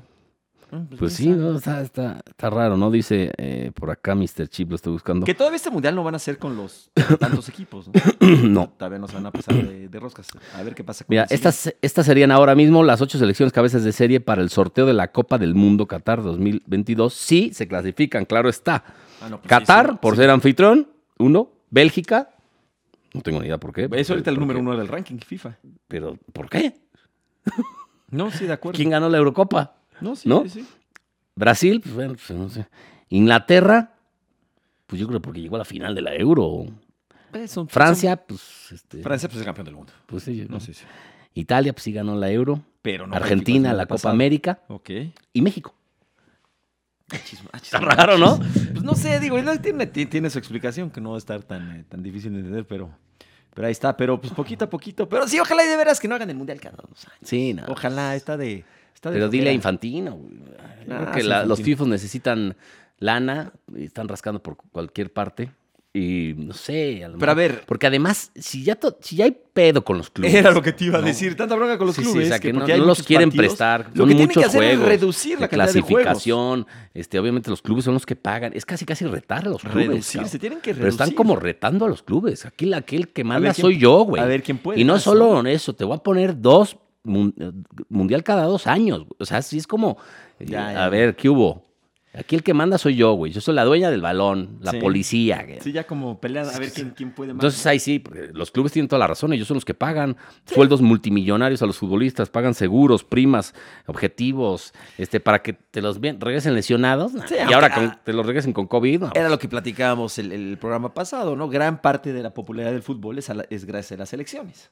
Speaker 1: Mm,
Speaker 2: Pues sí,
Speaker 1: quién sabe.
Speaker 2: no, está, está- está raro, ¿no? Dice eh, por acá Mr. Chip, lo estoy buscando.
Speaker 1: Que todavía este Mundial no van a hacer con los tantos equipos. ¿no?
Speaker 2: No.
Speaker 1: Todavía no se van a pasar de, de roscas. A ver qué pasa con
Speaker 2: Mira,
Speaker 1: el siguiente.
Speaker 2: estas, estas serían ahora mismo las ocho selecciones cabezas de serie para el sorteo de la Copa del Mundo Qatar 2022. Sí, se clasifican, claro está.
Speaker 1: Ah, no, pues sí,
Speaker 2: Qatar,
Speaker 1: sí,
Speaker 2: por
Speaker 1: sí.
Speaker 2: ser anfitrión, uno. Bélgica, no tengo ni idea por qué.
Speaker 1: Es ahorita el
Speaker 2: ¿Por
Speaker 1: número
Speaker 2: qué?
Speaker 1: uno del ranking FIFA.
Speaker 2: Pero, ¿por qué?
Speaker 1: No, sí, de acuerdo.
Speaker 2: ¿Quién ganó la Eurocopa?
Speaker 1: No, sí,
Speaker 2: ¿No?
Speaker 1: sí, sí.
Speaker 2: Brasil, pues bueno, pues, no sé. Inglaterra, pues yo creo porque llegó a la final de la Euro.
Speaker 1: Eh, son-
Speaker 2: Francia, pues, este,
Speaker 1: son- Francia, pues es campeón del mundo.
Speaker 2: pues sí,
Speaker 1: No,
Speaker 2: ¿no?
Speaker 1: sí, sí.
Speaker 2: Italia, pues sí ganó la Euro.
Speaker 1: Pero no.
Speaker 2: Argentina,
Speaker 1: México,
Speaker 2: la
Speaker 1: el
Speaker 2: Copa
Speaker 1: pasado.
Speaker 2: América
Speaker 1: Ok.
Speaker 2: y México.
Speaker 1: Está
Speaker 2: Está raro, ¿no?
Speaker 1: Pues no sé, digo, no, tiene, ti- tiene su explicación que no va a estar tan, eh, tan difícil de entender, pero, pero ahí está, pero pues poquito a poquito. Pero sí, ojalá y de veras que no hagan el mundial cada dos años.
Speaker 2: Sí, no.
Speaker 1: Ojalá, está de. Está de
Speaker 2: Pero dile a
Speaker 1: flojera.
Speaker 2: Infantino. güey. Yo creo
Speaker 1: Ah,
Speaker 2: que
Speaker 1: sí,
Speaker 2: la- los
Speaker 1: Infantino.
Speaker 2: FIFOs necesitan lana, y están rascando por cualquier parte. Y no sé, a lo
Speaker 1: Pero a
Speaker 2: mejor-
Speaker 1: ver.
Speaker 2: Porque además, si ya, to- si ya hay pedo con los clubes.
Speaker 1: Era lo que te iba a
Speaker 2: No.
Speaker 1: decir, tanta bronca con los
Speaker 2: Sí, sí,
Speaker 1: clubes.
Speaker 2: o sea, que, no,
Speaker 1: porque hay
Speaker 2: no los
Speaker 1: muchos
Speaker 2: quieren
Speaker 1: partidos,
Speaker 2: prestar.
Speaker 1: Lo
Speaker 2: son
Speaker 1: que tienen
Speaker 2: muchos
Speaker 1: que hacer
Speaker 2: juegos
Speaker 1: es reducir la
Speaker 2: de
Speaker 1: cantidad de juegos.
Speaker 2: clasificación. Este, obviamente los clubes son los que pagan. Es casi casi retar a los clubes.
Speaker 1: Reducir,
Speaker 2: cabrón.
Speaker 1: se tienen que reducir.
Speaker 2: Pero están como retando a los clubes. Aquí la, aquel que manda
Speaker 1: ver quién-
Speaker 2: soy yo, güey.
Speaker 1: a ver quién puede
Speaker 2: Y no
Speaker 1: más,
Speaker 2: solo eso, te voy a poner dos mun- eh, mundial cada dos años. güey. O sea, sí es como, eh,
Speaker 1: Ya,
Speaker 2: a
Speaker 1: ya.
Speaker 2: ver, ¿qué hubo? Aquí el que manda soy yo, güey. Yo soy la dueña del balón, la
Speaker 1: Sí.
Speaker 2: policía. güey.
Speaker 1: Sí, ya como pelean a ver quién, quién puede más.
Speaker 2: Entonces ahí sí, porque los clubes tienen toda la razón, ellos son los que pagan sueldos multimillonarios a los futbolistas, pagan seguros, primas, objetivos, este, para que te los vean- regresen lesionados. no.
Speaker 1: Sí,
Speaker 2: y
Speaker 1: aunque- ah,
Speaker 2: ahora con- te los regresen con COVID. no.
Speaker 1: Era lo que platicábamos el, el programa pasado, ¿no? Gran parte de la popularidad del fútbol es, a la- es gracias a las elecciones.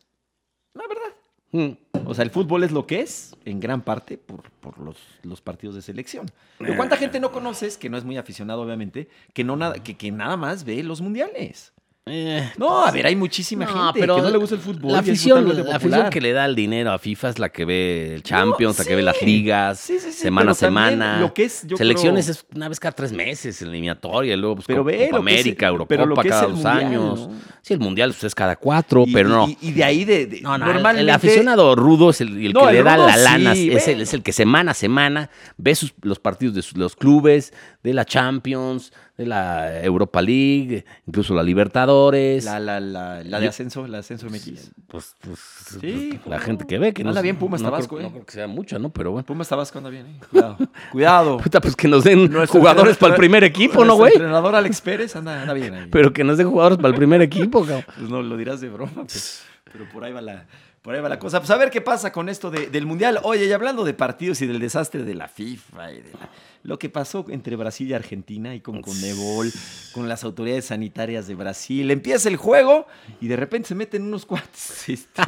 Speaker 1: La verdad.
Speaker 2: Mm.
Speaker 1: O sea, el fútbol es lo que es, en gran parte, por, por los, los partidos de selección. Pero
Speaker 2: Eh.
Speaker 1: cuánta gente no conoces, que no es muy aficionado, obviamente, que, no nada, que, que nada más ve los mundiales.
Speaker 2: Eh,
Speaker 1: No, a ver, hay muchísima
Speaker 2: No,
Speaker 1: gente
Speaker 2: pero
Speaker 1: que no le gusta el fútbol.
Speaker 2: La
Speaker 1: y es
Speaker 2: afición,
Speaker 1: brutalmente
Speaker 2: la
Speaker 1: popular.
Speaker 2: afición que le da el dinero a FIFA es la que ve el Champions, la que ve las
Speaker 1: sí.
Speaker 2: ligas,
Speaker 1: Sí, sí, sí,
Speaker 2: semana a
Speaker 1: pero también
Speaker 2: semana.
Speaker 1: lo que es, yo
Speaker 2: Selecciones
Speaker 1: creo-
Speaker 2: es una vez cada tres meses, eliminatoria, y luego pues,
Speaker 1: Pero
Speaker 2: Copa,
Speaker 1: ve lo que es-
Speaker 2: América,
Speaker 1: pero
Speaker 2: Eurocopa
Speaker 1: lo que es
Speaker 2: cada
Speaker 1: el
Speaker 2: dos
Speaker 1: Mundial,
Speaker 2: años.
Speaker 1: ¿no?
Speaker 2: Sí, el Mundial pues, es cada cuatro,
Speaker 1: Y-
Speaker 2: pero no.
Speaker 1: Y, y de ahí de, de-
Speaker 2: no, no, el-
Speaker 1: normalmente,
Speaker 2: el aficionado rudo es el, el
Speaker 1: No,
Speaker 2: que
Speaker 1: el
Speaker 2: le da
Speaker 1: rudo
Speaker 2: la
Speaker 1: sí,
Speaker 2: lana, es,
Speaker 1: bueno.
Speaker 2: el, es el que semana a semana ve sus- los partidos de sus- los clubes, de la Champions, de la Europa League, incluso la Libertadores.
Speaker 1: La, la, la, la de ascenso, la de ascenso MX.
Speaker 2: Pues, pues,
Speaker 1: Sí,
Speaker 2: pues, la
Speaker 1: ¿cómo
Speaker 2: gente
Speaker 1: no?
Speaker 2: que ve que
Speaker 1: Anda
Speaker 2: es-
Speaker 1: bien Pumas
Speaker 2: no
Speaker 1: Tabasco, ¿eh?
Speaker 2: creo, no creo que sea mucha, ¿no? Pero bueno.
Speaker 1: Pumas Tabasco anda bien, ¿eh? Cuidado. Cuidado.
Speaker 2: Puta, pues que nos den
Speaker 1: Nuestro
Speaker 2: jugadores
Speaker 1: entrenador-
Speaker 2: para el primer equipo, ¿no,
Speaker 1: nuestro
Speaker 2: güey?
Speaker 1: entrenador Alex Pérez anda, anda bien ahí.
Speaker 2: Pero que nos den jugadores para el primer equipo, cabrón.
Speaker 1: Pues no, lo dirás de broma, pues, pero por ahí va la, por ahí va la cosa. Pues a ver qué pasa con esto de- del Mundial. Oye, y hablando de partidos y del desastre de la FIFA y de la- lo que pasó entre Brasil y Argentina y con Conmebol, con las autoridades sanitarias de Brasil. Empieza el juego y de repente se meten unos cuates este,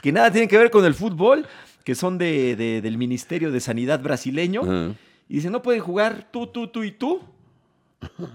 Speaker 1: que nada tienen que ver con el fútbol, que son de- de- del Ministerio de Sanidad brasileño.
Speaker 2: Ajá.
Speaker 1: Y dicen, no pueden jugar tú, tú, tú y tú.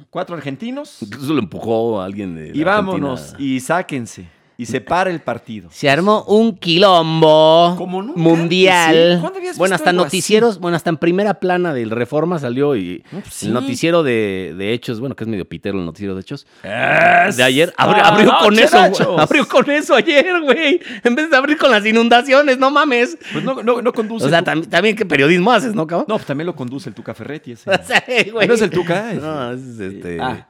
Speaker 1: Cuatro argentinos.
Speaker 2: Incluso lo empujó alguien de
Speaker 1: Y
Speaker 2: la
Speaker 1: vámonos,
Speaker 2: Argentina.
Speaker 1: y sáquense. Y se para el partido.
Speaker 2: Se armó un quilombo
Speaker 1: Como nunca antes,
Speaker 2: mundial.
Speaker 1: ¿sí? ¿Cuándo habías
Speaker 2: bueno,
Speaker 1: visto
Speaker 2: hasta
Speaker 1: algo
Speaker 2: noticieros, bueno, hasta en primera plana del Reforma salió y
Speaker 1: No, pues sí.
Speaker 2: el noticiero de, de hechos, bueno, que es medio pitero el noticiero de hechos, de ayer. Abri-
Speaker 1: Ah,
Speaker 2: abrió con
Speaker 1: noche,
Speaker 2: eso, güey.
Speaker 1: Nachos.
Speaker 2: Abrió con eso ayer, güey. En vez de abrir con las inundaciones, no mames.
Speaker 1: Pues no, no, no conduce.
Speaker 2: O sea,
Speaker 1: el Tuca-
Speaker 2: tam- también qué periodismo haces, ¿no, cabrón?
Speaker 1: No, pues también lo conduce el Tuca Ferretti. Ese.
Speaker 2: O sea, güey.
Speaker 1: ¿No es el Tuca? eh.
Speaker 2: No, es este.
Speaker 1: Ah.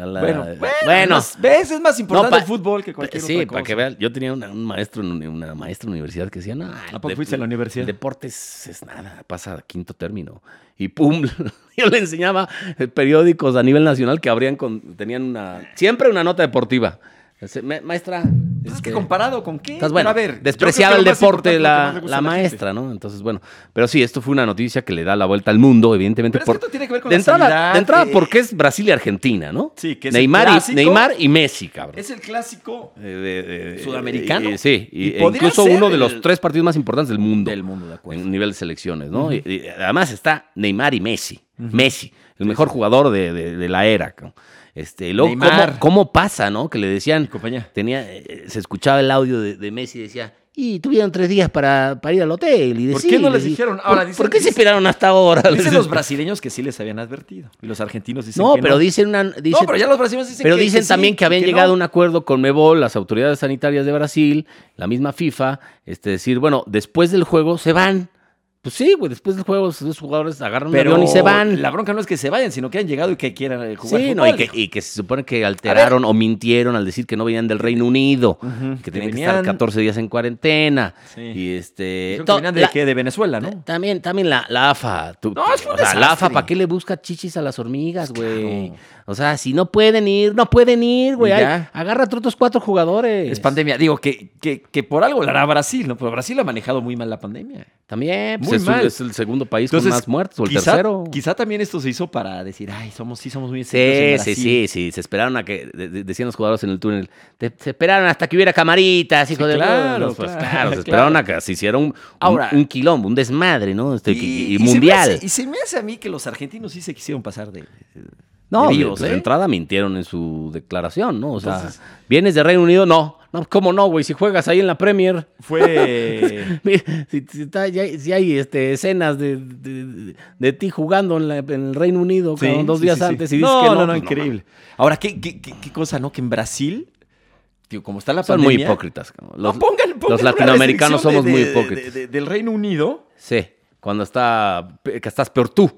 Speaker 2: a la-
Speaker 1: Bueno, bueno,
Speaker 2: bueno.
Speaker 1: más- ¿ves? Es más importante
Speaker 2: pa-
Speaker 1: el fútbol que cualquier
Speaker 2: sí,
Speaker 1: otra cosa.
Speaker 2: para que vean. Yo tenía una- un maestro, en uni- una maestra en la universidad que decía, no,
Speaker 1: ¿A poco
Speaker 2: de-
Speaker 1: fuiste a la universidad?
Speaker 2: Deportes es nada, pasa a quinto término. Y pum, yo le enseñaba eh, periódicos a nivel nacional que abrían con, tenían una, siempre una nota deportiva. Ese, "Ma- Maestra,
Speaker 1: Pues es
Speaker 2: este,
Speaker 1: que comparado con qué.
Speaker 2: Estás
Speaker 1: Pero
Speaker 2: bueno.
Speaker 1: a ver, yo
Speaker 2: despreciaba
Speaker 1: creo
Speaker 2: el
Speaker 1: que lo más
Speaker 2: deporte
Speaker 1: importante es lo que más le gusta a
Speaker 2: la, la
Speaker 1: gente.
Speaker 2: maestra, ¿no? Entonces, bueno. Pero sí, esto fue una noticia que le da la vuelta al mundo, evidentemente.
Speaker 1: Pero es
Speaker 2: por-
Speaker 1: que esto tiene que ver con
Speaker 2: de,
Speaker 1: la
Speaker 2: entrada,
Speaker 1: sanidad,
Speaker 2: de entrada,
Speaker 1: eh.
Speaker 2: porque es Brasil y Argentina, ¿no?
Speaker 1: Sí, que es el
Speaker 2: Neymar, y,
Speaker 1: clásico.
Speaker 2: Neymar y Messi, cabrón.
Speaker 1: Es el clásico
Speaker 2: Eh, de- de-
Speaker 1: Sudamericano.
Speaker 2: eh, sí, y,
Speaker 1: Y
Speaker 2: e
Speaker 1: podría
Speaker 2: incluso
Speaker 1: ser
Speaker 2: uno de los
Speaker 1: el-
Speaker 2: tres partidos más importantes del mundo.
Speaker 1: del mundo, de acuerdo.
Speaker 2: En nivel de selecciones, ¿no? Y- y además está Neymar y Messi. Messi, el mejor jugador de, de- de la era. cabrón. Este, y luego, ¿cómo,
Speaker 1: Neymar.
Speaker 2: cómo pasa, no? Que le decían,
Speaker 1: compañía.
Speaker 2: tenía, eh, se escuchaba el audio de, de Messi y decía, y tuvieron tres días para, para ir al hotel. Y
Speaker 1: ¿Por
Speaker 2: decirles,
Speaker 1: qué no les
Speaker 2: y-
Speaker 1: dijeron?
Speaker 2: ¿por-
Speaker 1: Ahora
Speaker 2: ¿Por,
Speaker 1: dicen-
Speaker 2: qué se
Speaker 1: dicen-
Speaker 2: esperaron hasta ahora?
Speaker 1: Dicen los brasileños que sí les habían advertido. Y los argentinos dicen
Speaker 2: no,
Speaker 1: que
Speaker 2: pero
Speaker 1: no.
Speaker 2: dicen una.
Speaker 1: No,
Speaker 2: dicen-
Speaker 1: pero ya los brasileños dicen
Speaker 2: pero
Speaker 1: que- que
Speaker 2: dicen
Speaker 1: sí,
Speaker 2: también que habían
Speaker 1: no.
Speaker 2: llegado a un acuerdo con Mebol, las autoridades sanitarias de Brasil, la misma FIFA, este, decir, bueno, después del juego se van. Pues sí, güey, después del juego los jugadores agarran un avión y se van.
Speaker 1: La bronca no es que se vayan, sino que han llegado y que quieran eh, jugar.
Speaker 2: sí,
Speaker 1: fútbol,
Speaker 2: no, y que,
Speaker 1: dijo.
Speaker 2: y que se supone que alteraron o mintieron al decir que no venían del Reino Unido,
Speaker 1: Ujú,
Speaker 2: que
Speaker 1: que
Speaker 2: tenían que, estar
Speaker 1: venían-
Speaker 2: 14 días en cuarentena.
Speaker 1: Sí.
Speaker 2: Y este.
Speaker 1: Dijeron que
Speaker 2: to-
Speaker 1: venían de,
Speaker 2: la-
Speaker 1: qué, de Venezuela, ¿no?
Speaker 2: También, también la, la AFA. tú-
Speaker 1: No, es un
Speaker 2: o sea, la AFA,
Speaker 1: desastre. Pues
Speaker 2: ¿para qué le busca chichis a las hormigas, güey?
Speaker 1: claro.
Speaker 2: O sea, si no pueden ir, no pueden ir, güey.
Speaker 1: Y
Speaker 2: Ay,
Speaker 1: ya.
Speaker 2: Agárrate otros cuatro jugadores.
Speaker 1: Es pandemia. Digo, que, que, que por algo la hará Brasil, ¿no? Pero Brasil ha manejado muy mal la pandemia.
Speaker 2: También, pues,
Speaker 1: Muy
Speaker 2: es, un-
Speaker 1: mal.
Speaker 2: es el segundo país con más muertos, o el
Speaker 1: quizá,
Speaker 2: tercero.
Speaker 1: Quizá también esto se hizo para decir, ay, somos, sí somos muy estrictos en
Speaker 2: Sí, sí,
Speaker 1: Brasil".
Speaker 2: sí, sí. Se esperaron a que, de- de- decían los jugadores en el túnel, "Te- se esperaron hasta que hubiera camaritas, hijo de...
Speaker 1: claro,
Speaker 2: No, pues,
Speaker 1: claro,
Speaker 2: se
Speaker 1: claro.
Speaker 2: esperaron a que se hiciera un, un-
Speaker 1: Ahora-
Speaker 2: un, quilombo, un desmadre, ¿no? Este, y, y
Speaker 1: se me
Speaker 2: mundial.
Speaker 1: hace- y se me hace a mí que los argentinos sí se quisieron pasar de...
Speaker 2: No,
Speaker 1: de
Speaker 2: de,
Speaker 1: vivos,
Speaker 2: pues, de
Speaker 1: ¿eh?
Speaker 2: entrada mintieron en su declaración, ¿no? O sea,
Speaker 1: Entonces-
Speaker 2: ¿vienes de Reino Unido? No. No, ¿cómo no, güey? Si juegas ahí en la Premier.
Speaker 1: Fue...
Speaker 2: Mira, si, si está- ya hay- si hay este, escenas de, de- de ti jugando en, la- en el Reino Unido
Speaker 1: Sí,
Speaker 2: cabrón, dos
Speaker 1: sí,
Speaker 2: días
Speaker 1: sí, sí.
Speaker 2: antes y dices
Speaker 1: no,
Speaker 2: que no.
Speaker 1: no, no,
Speaker 2: pues,
Speaker 1: increíble. Ahora, ¿qué, qué, qué, qué cosa, no? Que en Brasil, digo, como está la
Speaker 2: mames. son muy
Speaker 1: pandemia...
Speaker 2: hipócritas. cabrón.
Speaker 1: No,
Speaker 2: Los,
Speaker 1: pongan- pongan
Speaker 2: los
Speaker 1: una
Speaker 2: latinoamericanos
Speaker 1: restricción
Speaker 2: somos
Speaker 1: de-
Speaker 2: muy
Speaker 1: de- de-
Speaker 2: hipócritas.
Speaker 1: de- del Reino Unido.
Speaker 2: Sí, cuando está, pe- que estás peor tú,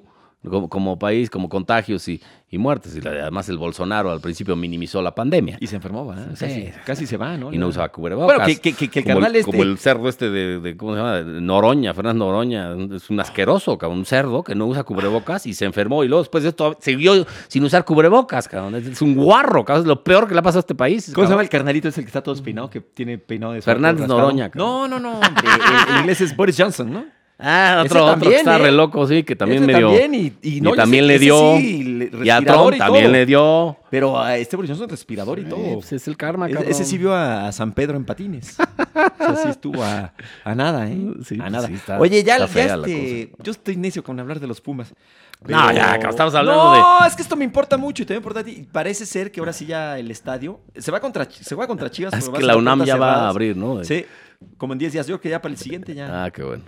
Speaker 2: como, como país, como contagios y, y muertes. Y la- además el Bolsonaro al principio minimizó la pandemia.
Speaker 1: Y se enfermó, ¿verdad?
Speaker 2: Sí.
Speaker 1: Casi, casi se va, ¿no?
Speaker 2: y no usaba cubrebocas.
Speaker 1: Bueno, que, que- que- que el
Speaker 2: como,
Speaker 1: canal este.
Speaker 2: como el cerdo este de, de- ¿cómo se llama? De Noroña, Fernando Noroña, es un asqueroso, cabrón, un cerdo que no usa cubrebocas y se enfermó y luego después de esto siguió sin usar cubrebocas, cabrón, es, es un guarro, cabrón, es lo peor que le ha pasado a este país.
Speaker 1: ¿Cómo se llama
Speaker 2: cabrón.
Speaker 1: el carnalito? Es el que está todo espinado, que tiene peinado de.
Speaker 2: Fernández
Speaker 1: raspado.
Speaker 2: Noroña, cabrón.
Speaker 1: No, no, no. hombre. El, el inglés es Boris Johnson, ¿no?
Speaker 2: Ah,
Speaker 1: Ese
Speaker 2: otro, otro que
Speaker 1: también,
Speaker 2: está
Speaker 1: ¿eh?
Speaker 2: re loco, sí, que también
Speaker 1: Ese
Speaker 2: medio.
Speaker 1: También, y, y
Speaker 2: y
Speaker 1: no,
Speaker 2: también
Speaker 1: ese-
Speaker 2: le
Speaker 1: ese
Speaker 2: dio.
Speaker 1: sí, le-
Speaker 2: y a
Speaker 1: respirador
Speaker 2: Trump
Speaker 1: y
Speaker 2: también
Speaker 1: todo.
Speaker 2: le dio.
Speaker 1: Pero a este Brizuela es un respirador y todo.
Speaker 2: Eh, pues es el karma,
Speaker 1: Ese-
Speaker 2: cabrón.
Speaker 1: ese sí vio a, a San Pedro en patines. o sea, sí estuvo a, a nada, ¿eh?
Speaker 2: Sí,
Speaker 1: a
Speaker 2: pues
Speaker 1: nada.
Speaker 2: sí, está-
Speaker 1: Oye, ya,
Speaker 2: está
Speaker 1: ya
Speaker 2: fea la
Speaker 1: este, yo estoy necio con hablar de los Pumas.
Speaker 2: No, ya, cabrón, estamos hablando de-
Speaker 1: No, es que esto me importa mucho y te importa a ti. Y Parece ser que ahora sí ya el estadio se va contra, se va contra Chivas.
Speaker 2: Es
Speaker 1: pero va
Speaker 2: que
Speaker 1: a
Speaker 2: la
Speaker 1: ser
Speaker 2: UNAM ya
Speaker 1: puertas
Speaker 2: va a
Speaker 1: cerradas.
Speaker 2: abrir, ¿no?
Speaker 1: Sí, como en 10 días. Yo creo que ya para el siguiente ya.
Speaker 2: Ah, qué bueno.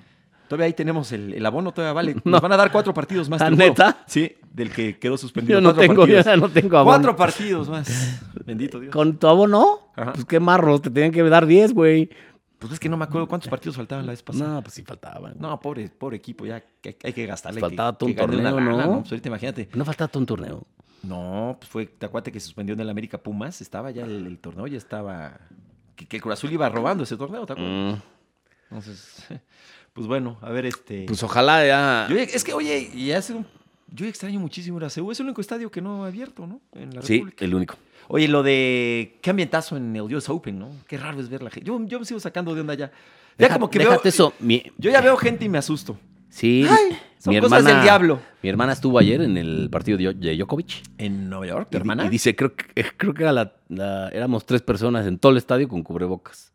Speaker 1: Todavía ahí tenemos el, el abono, todavía vale. Nos van a dar cuatro partidos más.
Speaker 2: ¿Ah,
Speaker 1: te lo juro.
Speaker 2: neta?
Speaker 1: Sí, del que quedó suspendido.
Speaker 2: Yo no
Speaker 1: Cuatro
Speaker 2: tengo, yo
Speaker 1: partidos.
Speaker 2: ya no tengo abono.
Speaker 1: Cuatro partidos más. Bendito Dios.
Speaker 2: ¿Con tu abono?
Speaker 1: Ajá.
Speaker 2: Pues qué marros, te tenían que dar 10, güey.
Speaker 1: Pues es que no me acuerdo cuántos partidos faltaban la vez pasada.
Speaker 2: No, pues sí faltaba.
Speaker 1: No, pobre, pobre equipo, ya que hay, hay que gastarle.
Speaker 2: Pues faltaba
Speaker 1: que-
Speaker 2: todo
Speaker 1: que
Speaker 2: un
Speaker 1: gane una
Speaker 2: torneo, ¿no?
Speaker 1: Pues ahorita imagínate.
Speaker 2: No faltaba todo un torneo.
Speaker 1: No, pues fue, te acuerdas que suspendió en el América Pumas, estaba ya el, el torneo, ya estaba. Que, que el Cruz Azul iba robando ese torneo, ¿te acuerdas?
Speaker 2: Mm,
Speaker 1: Entonces, pues bueno, a ver, este.
Speaker 2: Pues ojalá ya.
Speaker 1: Yo- es que, oye, y hace un- Yo extraño muchísimo la CEU, es el único estadio que no ha abierto, ¿no? En la
Speaker 2: Sí,
Speaker 1: República.
Speaker 2: el único.
Speaker 1: Oye, lo de qué ambientazo en el US Open, ¿no? Qué raro es ver la gente. Yo, yo me sigo sacando de onda ya. Ya
Speaker 2: Deja-
Speaker 1: como que
Speaker 2: déjate
Speaker 1: veo.
Speaker 2: eso. Mi,
Speaker 1: Yo ya veo gente y me asusto.
Speaker 2: sí,
Speaker 1: Ay, son
Speaker 2: mi
Speaker 1: cosas
Speaker 2: hermana.
Speaker 1: del diablo.
Speaker 2: Mi hermana estuvo ayer en el partido de, de Djokovic.
Speaker 1: ¿En Nueva York,
Speaker 2: Y di- Y dice, creo que, eh, creo que era la- la- éramos tres personas en todo el estadio con cubrebocas.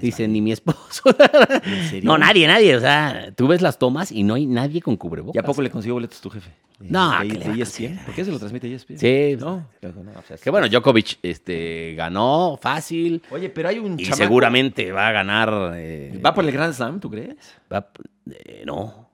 Speaker 2: Dice, ni mi esposo. no, nadie, nadie. O sea, tú ves las tomas y no hay nadie con cubrebocas.
Speaker 1: ¿Y a poco le consiguió boletos tu jefe?
Speaker 2: No,
Speaker 1: de,
Speaker 2: ¿qué le va a
Speaker 1: de ESPN.
Speaker 2: conseguir?
Speaker 1: ¿Por qué se lo transmite
Speaker 2: E
Speaker 1: ESPN?
Speaker 2: Sí.
Speaker 1: No, no, no, o sea,
Speaker 2: Que bueno, Djokovic este, ganó fácil
Speaker 1: Oye, pero hay un
Speaker 2: y
Speaker 1: chamaco-
Speaker 2: seguramente va a ganar. eh,
Speaker 1: ¿Va por el Grand Slam, tú crees?
Speaker 2: va- eh, no.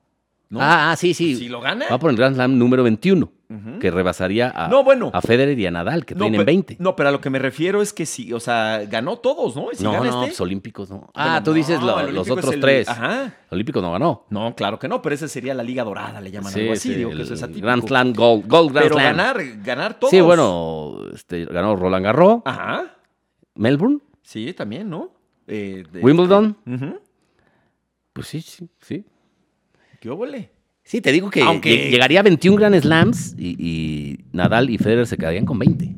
Speaker 1: ¿No?
Speaker 2: Ah, ah, sí, sí.
Speaker 1: ¿Si lo gana?
Speaker 2: Va por el Grand Slam número 21,
Speaker 1: Ujú.
Speaker 2: que rebasaría a,
Speaker 1: No, bueno.
Speaker 2: a Federer y a Nadal, que
Speaker 1: No,
Speaker 2: tienen
Speaker 1: pe-
Speaker 2: 20.
Speaker 1: No, pero a lo que me refiero es que sí, o sea, ganó todos, ¿no? Y si
Speaker 2: No,
Speaker 1: gana
Speaker 2: no,
Speaker 1: este-
Speaker 2: pues, olímpicos no. Ah,
Speaker 1: Bueno,
Speaker 2: tú dices
Speaker 1: no,
Speaker 2: lo-
Speaker 1: el
Speaker 2: los
Speaker 1: olímpico es
Speaker 2: otros
Speaker 1: el-
Speaker 2: tres.
Speaker 1: Ajá.
Speaker 2: Olímpico no ganó.
Speaker 1: No, claro que no, pero esa sería la Liga Dorada, le llaman
Speaker 2: Sí,
Speaker 1: algo así,
Speaker 2: sí,
Speaker 1: digo que
Speaker 2: el
Speaker 1: eso es atípico.
Speaker 2: Grand Slam Gold, Gold Grand
Speaker 1: pero
Speaker 2: Slam.
Speaker 1: ganar, ganar todos.
Speaker 2: Sí, bueno, este, ganó Roland Garros,
Speaker 1: Ajá.
Speaker 2: Melbourne,
Speaker 1: Sí, también, ¿no? Eh, de-
Speaker 2: Wimbledon.
Speaker 1: Ujú.
Speaker 2: Pues sí, sí, sí.
Speaker 1: ¿Qué óvole?
Speaker 2: Sí, te digo que
Speaker 1: Aunque-
Speaker 2: lleg- llegaría a 21 Grand Slams y, y Nadal y Federer se quedarían con 20.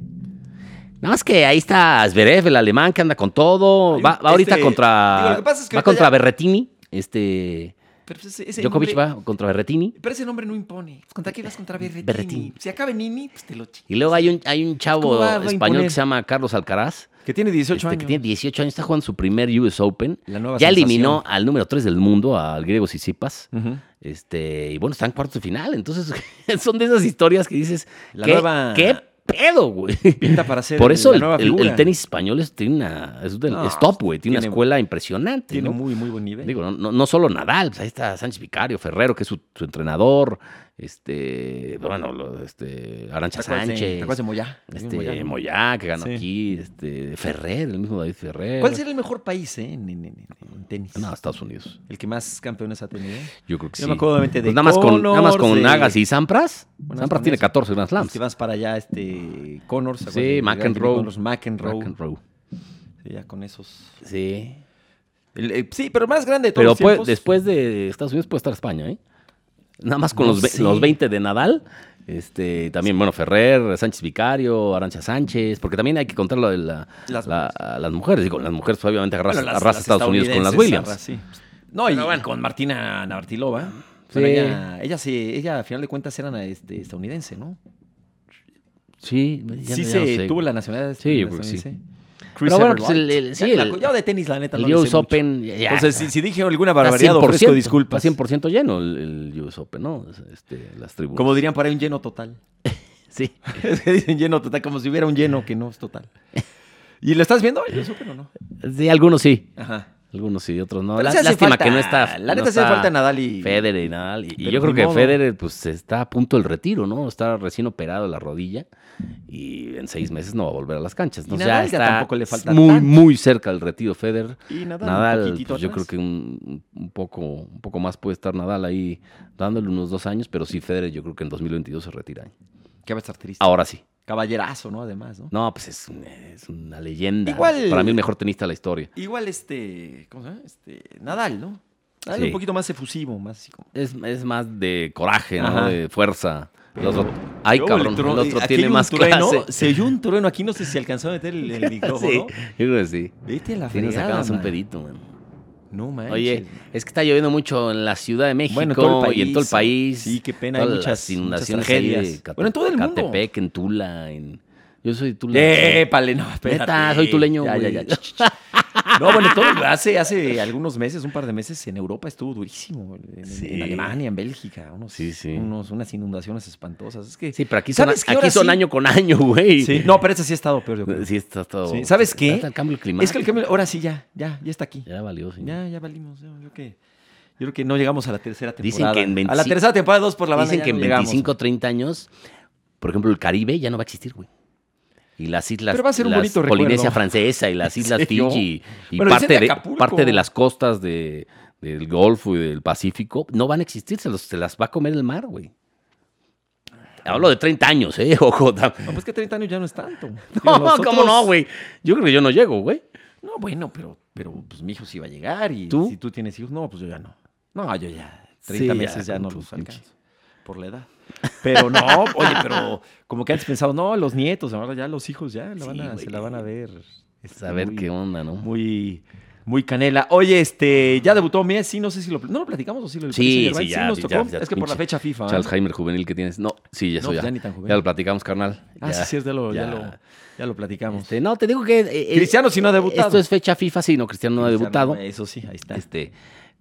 Speaker 2: Nada más que ahí está Zverev, el alemán, que anda con todo.
Speaker 1: Hay un-
Speaker 2: Va, va ahorita
Speaker 1: este,
Speaker 2: contra.
Speaker 1: digo, lo que pasa es que
Speaker 2: va
Speaker 1: ahorita
Speaker 2: contra
Speaker 1: ya-
Speaker 2: Berretini. Este.
Speaker 1: Pero pues ese, ese
Speaker 2: Djokovic
Speaker 1: nombre-
Speaker 2: va contra Berretini.
Speaker 1: Pero ese nombre no impone. Pues, ¿Contra qué vas contra Berretini?
Speaker 2: Berretini.
Speaker 1: Si acaba Nini, pues te lo chi-
Speaker 2: Y luego hay un, hay un
Speaker 1: Pues, ¿Cómo
Speaker 2: chavo
Speaker 1: va a
Speaker 2: español
Speaker 1: imponer?
Speaker 2: que se llama Carlos Alcaraz,
Speaker 1: Que tiene 18
Speaker 2: este, que tiene 18 años, está jugando su primer US Open.
Speaker 1: La nueva
Speaker 2: Ya
Speaker 1: sensación.
Speaker 2: eliminó al número 3 del mundo, al griego Sisipas.
Speaker 1: Ujú.
Speaker 2: Este, y bueno, está en cuartos de final. Entonces, son de esas historias que dices,
Speaker 1: La
Speaker 2: ¿qué,
Speaker 1: nueva-
Speaker 2: qué pedo, güey?
Speaker 1: Pinta para ser
Speaker 2: Por eso
Speaker 1: la
Speaker 2: el,
Speaker 1: nueva
Speaker 2: el- el
Speaker 1: figura.
Speaker 2: tenis español es, tiene una, es, del-
Speaker 1: No,
Speaker 2: es top, güey. Tiene,
Speaker 1: tiene-
Speaker 2: una escuela impresionante.
Speaker 1: Tiene
Speaker 2: ¿no?
Speaker 1: muy, muy buen nivel.
Speaker 2: Digo, no, no- no solo Nadal, pues ahí está Sánchez Vicario, Ferrero, que es su, su entrenador, este, bueno, lo- este, Arancha
Speaker 1: ¿Te acuerdas de- ¿Te
Speaker 2: Sánchez,
Speaker 1: acuerdas de Moyá?
Speaker 2: este,
Speaker 1: Moyá,
Speaker 2: Moyá,
Speaker 1: ¿no?
Speaker 2: que ganó
Speaker 1: Sí.
Speaker 2: aquí, este, Ferrer, el mismo David Ferrer.
Speaker 1: ¿Cuál será el mejor país eh, en, en- en- en tenis?
Speaker 2: No, Estados Unidos.
Speaker 1: El que más campeones ha tenido.
Speaker 2: Yo creo que
Speaker 1: Yo
Speaker 2: sí.
Speaker 1: me acuerdo obviamente de
Speaker 2: Pues nada más con, nada más con
Speaker 1: Connors, de-
Speaker 2: Agassi y Sampras.
Speaker 1: Bueno,
Speaker 2: Sampras
Speaker 1: con
Speaker 2: tiene
Speaker 1: eso.
Speaker 2: 14 Grand Slams.
Speaker 1: Si vas para allá, este. Connors. ¿se
Speaker 2: Sí,
Speaker 1: acuerdan de-
Speaker 2: McEnroe.
Speaker 1: Connors, McEnroe.
Speaker 2: McEnroe.
Speaker 1: Sí, ya con esos.
Speaker 2: Sí.
Speaker 1: El- eh, sí, pero más grande de todos
Speaker 2: Pero
Speaker 1: los
Speaker 2: puede-
Speaker 1: tiempos.
Speaker 2: después de Estados Unidos puede estar España, ¿eh? Nada más con
Speaker 1: No
Speaker 2: los, ve-
Speaker 1: sé.
Speaker 2: los 20 de Nadal. Este, también, bueno, Ferrer, Sánchez Vicario, Arancha Sánchez, porque también hay que contar lo de la-
Speaker 1: Las
Speaker 2: la- a las mujeres. Digo, las mujeres obviamente arrasa,
Speaker 1: Bueno, las-
Speaker 2: arrasa
Speaker 1: las
Speaker 2: Estados Unidos con las
Speaker 1: estadounidenses,
Speaker 2: Williams.
Speaker 1: arras- sí. No, y,
Speaker 2: Pero bueno.
Speaker 1: y con Martina Navratilova.
Speaker 2: Sí.
Speaker 1: Bueno, ella, ella, sí- ella, a final de cuentas, era este, estadounidense, ¿no?
Speaker 2: Sí, ya-
Speaker 1: sí
Speaker 2: ya no
Speaker 1: se
Speaker 2: sé.
Speaker 1: tuvo la nacionalidad.
Speaker 2: Sí, yo creo que sí.
Speaker 1: estadounidense.
Speaker 2: Pero bueno, pues,
Speaker 1: Everlight.
Speaker 2: el- el- sí,
Speaker 1: Ya la-
Speaker 2: el-
Speaker 1: yo de tenis, la neta,
Speaker 2: El
Speaker 1: no le sé
Speaker 2: US
Speaker 1: mucho.
Speaker 2: Open. ya-
Speaker 1: Entonces, si, si dije alguna
Speaker 2: está
Speaker 1: barbaridad, ofrezco
Speaker 2: 100%,
Speaker 1: disculpas.
Speaker 2: Está 100% lleno el, el US Open, ¿no? Este, las tribunas.
Speaker 1: Como dirían por ahí, un lleno total.
Speaker 2: Sí.
Speaker 1: Es que dicen lleno total, como si hubiera un lleno que no es total. ¿Y lo estás viendo? Yo supe, ¿o no?
Speaker 2: Sí, algunos sí.
Speaker 1: Ajá.
Speaker 2: Algunos sí, otros no.
Speaker 1: Pero
Speaker 2: Lá-
Speaker 1: sí hace
Speaker 2: Lástima
Speaker 1: falta-
Speaker 2: que no está.
Speaker 1: La
Speaker 2: no
Speaker 1: neta se
Speaker 2: está
Speaker 1: falta Nadal y.
Speaker 2: Federer y Nadal. Y- Y,
Speaker 1: Pero
Speaker 2: yo creo
Speaker 1: ni
Speaker 2: que
Speaker 1: modo.
Speaker 2: Federer pues está a punto del retiro, ¿no? Está recién operado la rodilla y en seis meses no va a volver a las
Speaker 1: Y
Speaker 2: canchas. Entonces
Speaker 1: Nadal
Speaker 2: ya
Speaker 1: ya
Speaker 2: está
Speaker 1: tampoco le falta
Speaker 2: muy,
Speaker 1: tanto.
Speaker 2: muy cerca del retiro Federer.
Speaker 1: Y Nadal. un
Speaker 2: Nadal,
Speaker 1: poquitito
Speaker 2: pues, yo creo
Speaker 1: atrás.
Speaker 2: que un, un poco, un poco más puede estar Nadal ahí dándole unos dos años, pero sí Federer yo creo que en 2022 se retira.
Speaker 1: Que va a estar triste.
Speaker 2: Ahora sí.
Speaker 1: Caballerazo, ¿no? Además, ¿no?
Speaker 2: No, pues es, un- es una leyenda.
Speaker 1: Igual-
Speaker 2: Para mí el mejor tenista de la historia.
Speaker 1: Igual este. ¿Cómo se llama? Este. Nadal, ¿no? Nadal
Speaker 2: Sí.
Speaker 1: un poquito más efusivo, más así como.
Speaker 2: Es, es más de coraje, ¿no?
Speaker 1: Ajá.
Speaker 2: De fuerza. El otro, ay,
Speaker 1: Yo,
Speaker 2: cabrón, el,
Speaker 1: trueno-
Speaker 2: otro
Speaker 1: aquí
Speaker 2: tiene
Speaker 1: hay un
Speaker 2: más
Speaker 1: trueno,
Speaker 2: clase.
Speaker 1: Se oyó un trueno aquí, no sé si alcanzó a meter el, el
Speaker 2: Sí,
Speaker 1: micrófono.
Speaker 2: yo creo que sí.
Speaker 1: Vete a la
Speaker 2: Sí, nos
Speaker 1: fregada,
Speaker 2: sacamos un
Speaker 1: man.
Speaker 2: pedito, man.
Speaker 1: No manches.
Speaker 2: Oye, es que está lloviendo mucho en la Ciudad de México
Speaker 1: Bueno, en todo el país.
Speaker 2: y en todo el país.
Speaker 1: Sí, qué pena, hay
Speaker 2: Todas
Speaker 1: muchas-
Speaker 2: las inundaciones
Speaker 1: muchas
Speaker 2: ahí de
Speaker 1: tragedias.
Speaker 2: Cate-
Speaker 1: Bueno, en todo el mundo.
Speaker 2: Catepec, en Tula, en... Yo soy de Tula.
Speaker 1: Eh, pale, no, espérate.
Speaker 2: Neta, soy tuleño,
Speaker 1: Ya, ya,
Speaker 2: güey.
Speaker 1: ya. ch, ch, ch. No, bueno, todo, hace, hace algunos meses, un par de meses, en Europa estuvo durísimo. En, en
Speaker 2: Sí.
Speaker 1: Alemania, en Bélgica, unos,
Speaker 2: Sí, sí.
Speaker 1: unos- unas inundaciones espantosas. Es que,
Speaker 2: Sí, pero aquí son,
Speaker 1: ¿Sabes qué?
Speaker 2: aquí
Speaker 1: Ahora
Speaker 2: son
Speaker 1: sí.
Speaker 2: año con año, güey.
Speaker 1: Sí, no, pero esta sí ha estado peor, yo creo.
Speaker 2: Sí, está todo.
Speaker 1: Sí, ¿sabes qué?
Speaker 2: Está el cambio climático.
Speaker 1: es que el cambio, ahora sí, ya, ya, ya está aquí.
Speaker 2: Ya valió, sí.
Speaker 1: Ya, ya valimos. ya, Yo creo que, yo creo que no llegamos a la tercera
Speaker 2: Dicen
Speaker 1: temporada.
Speaker 2: que en
Speaker 1: A la
Speaker 2: 25
Speaker 1: tercera temporada, dos por la banda.
Speaker 2: Dicen
Speaker 1: ya
Speaker 2: que en
Speaker 1: no llegamos.
Speaker 2: 25 30 años, por ejemplo, el Caribe ya no va a existir, güey. Y las islas,
Speaker 1: Pero va a ser un
Speaker 2: las
Speaker 1: bonito
Speaker 2: Polinesia
Speaker 1: recuerdo.
Speaker 2: francesa y las islas
Speaker 1: serio?
Speaker 2: Fiji y
Speaker 1: Bueno, dicen
Speaker 2: parte,
Speaker 1: de
Speaker 2: de
Speaker 1: Acapulco.
Speaker 2: parte de las costas de, del Golfo y del Pacífico no van a existir, se, los- se las va a comer el mar, güey. Hablo de 30 años, ¿eh? Ojo, tam-
Speaker 1: No, pues que 30 años ya no es tanto. No,
Speaker 2: No, ¿cómo no, güey? Yo creo que yo no llego, güey.
Speaker 1: No, bueno, pero, pero pues mi hijo sí va a llegar y
Speaker 2: ¿Tú?
Speaker 1: si tú tienes hijos, no, pues yo ya no. No, yo ya 30
Speaker 2: Sí, ya,
Speaker 1: meses ya,
Speaker 2: con
Speaker 1: no
Speaker 2: tu
Speaker 1: los
Speaker 2: pinche.
Speaker 1: alcanzo por la edad. Pero no, oye, pero como que antes pensado, no, los nietos, ahora ya los hijos ya la van
Speaker 2: Sí,
Speaker 1: a-
Speaker 2: güey.
Speaker 1: se la van a ver. este,
Speaker 2: A ver
Speaker 1: muy-
Speaker 2: qué onda, ¿no?
Speaker 1: Muy muy canela. Oye, este, ya debutó Mies, sí, no sé si lo no lo platicamos o sí lo el
Speaker 2: Sí,
Speaker 1: Paris
Speaker 2: sí,
Speaker 1: Saint-Germain,
Speaker 2: ya,
Speaker 1: nos
Speaker 2: ya,
Speaker 1: tocó.
Speaker 2: ya,
Speaker 1: es que por la
Speaker 2: pinche
Speaker 1: fecha FIFA. ¿eh?
Speaker 2: Charles Heimer juvenil que tienes. No, sí, ya
Speaker 1: No,
Speaker 2: eso
Speaker 1: pues
Speaker 2: ya.
Speaker 1: ya ni tan juvenil.
Speaker 2: Ya lo platicamos, carnal.
Speaker 1: Ah, sí, cierto, ya lo, ya lo, ya lo platicamos.
Speaker 2: Este, no, te digo que. eh, eh,
Speaker 1: Cristiano sí no ha debutado.
Speaker 2: Esto es fecha FIFA, sí, no, Cristiano no ha debutado.
Speaker 1: Eso sí, ahí está.
Speaker 2: Este,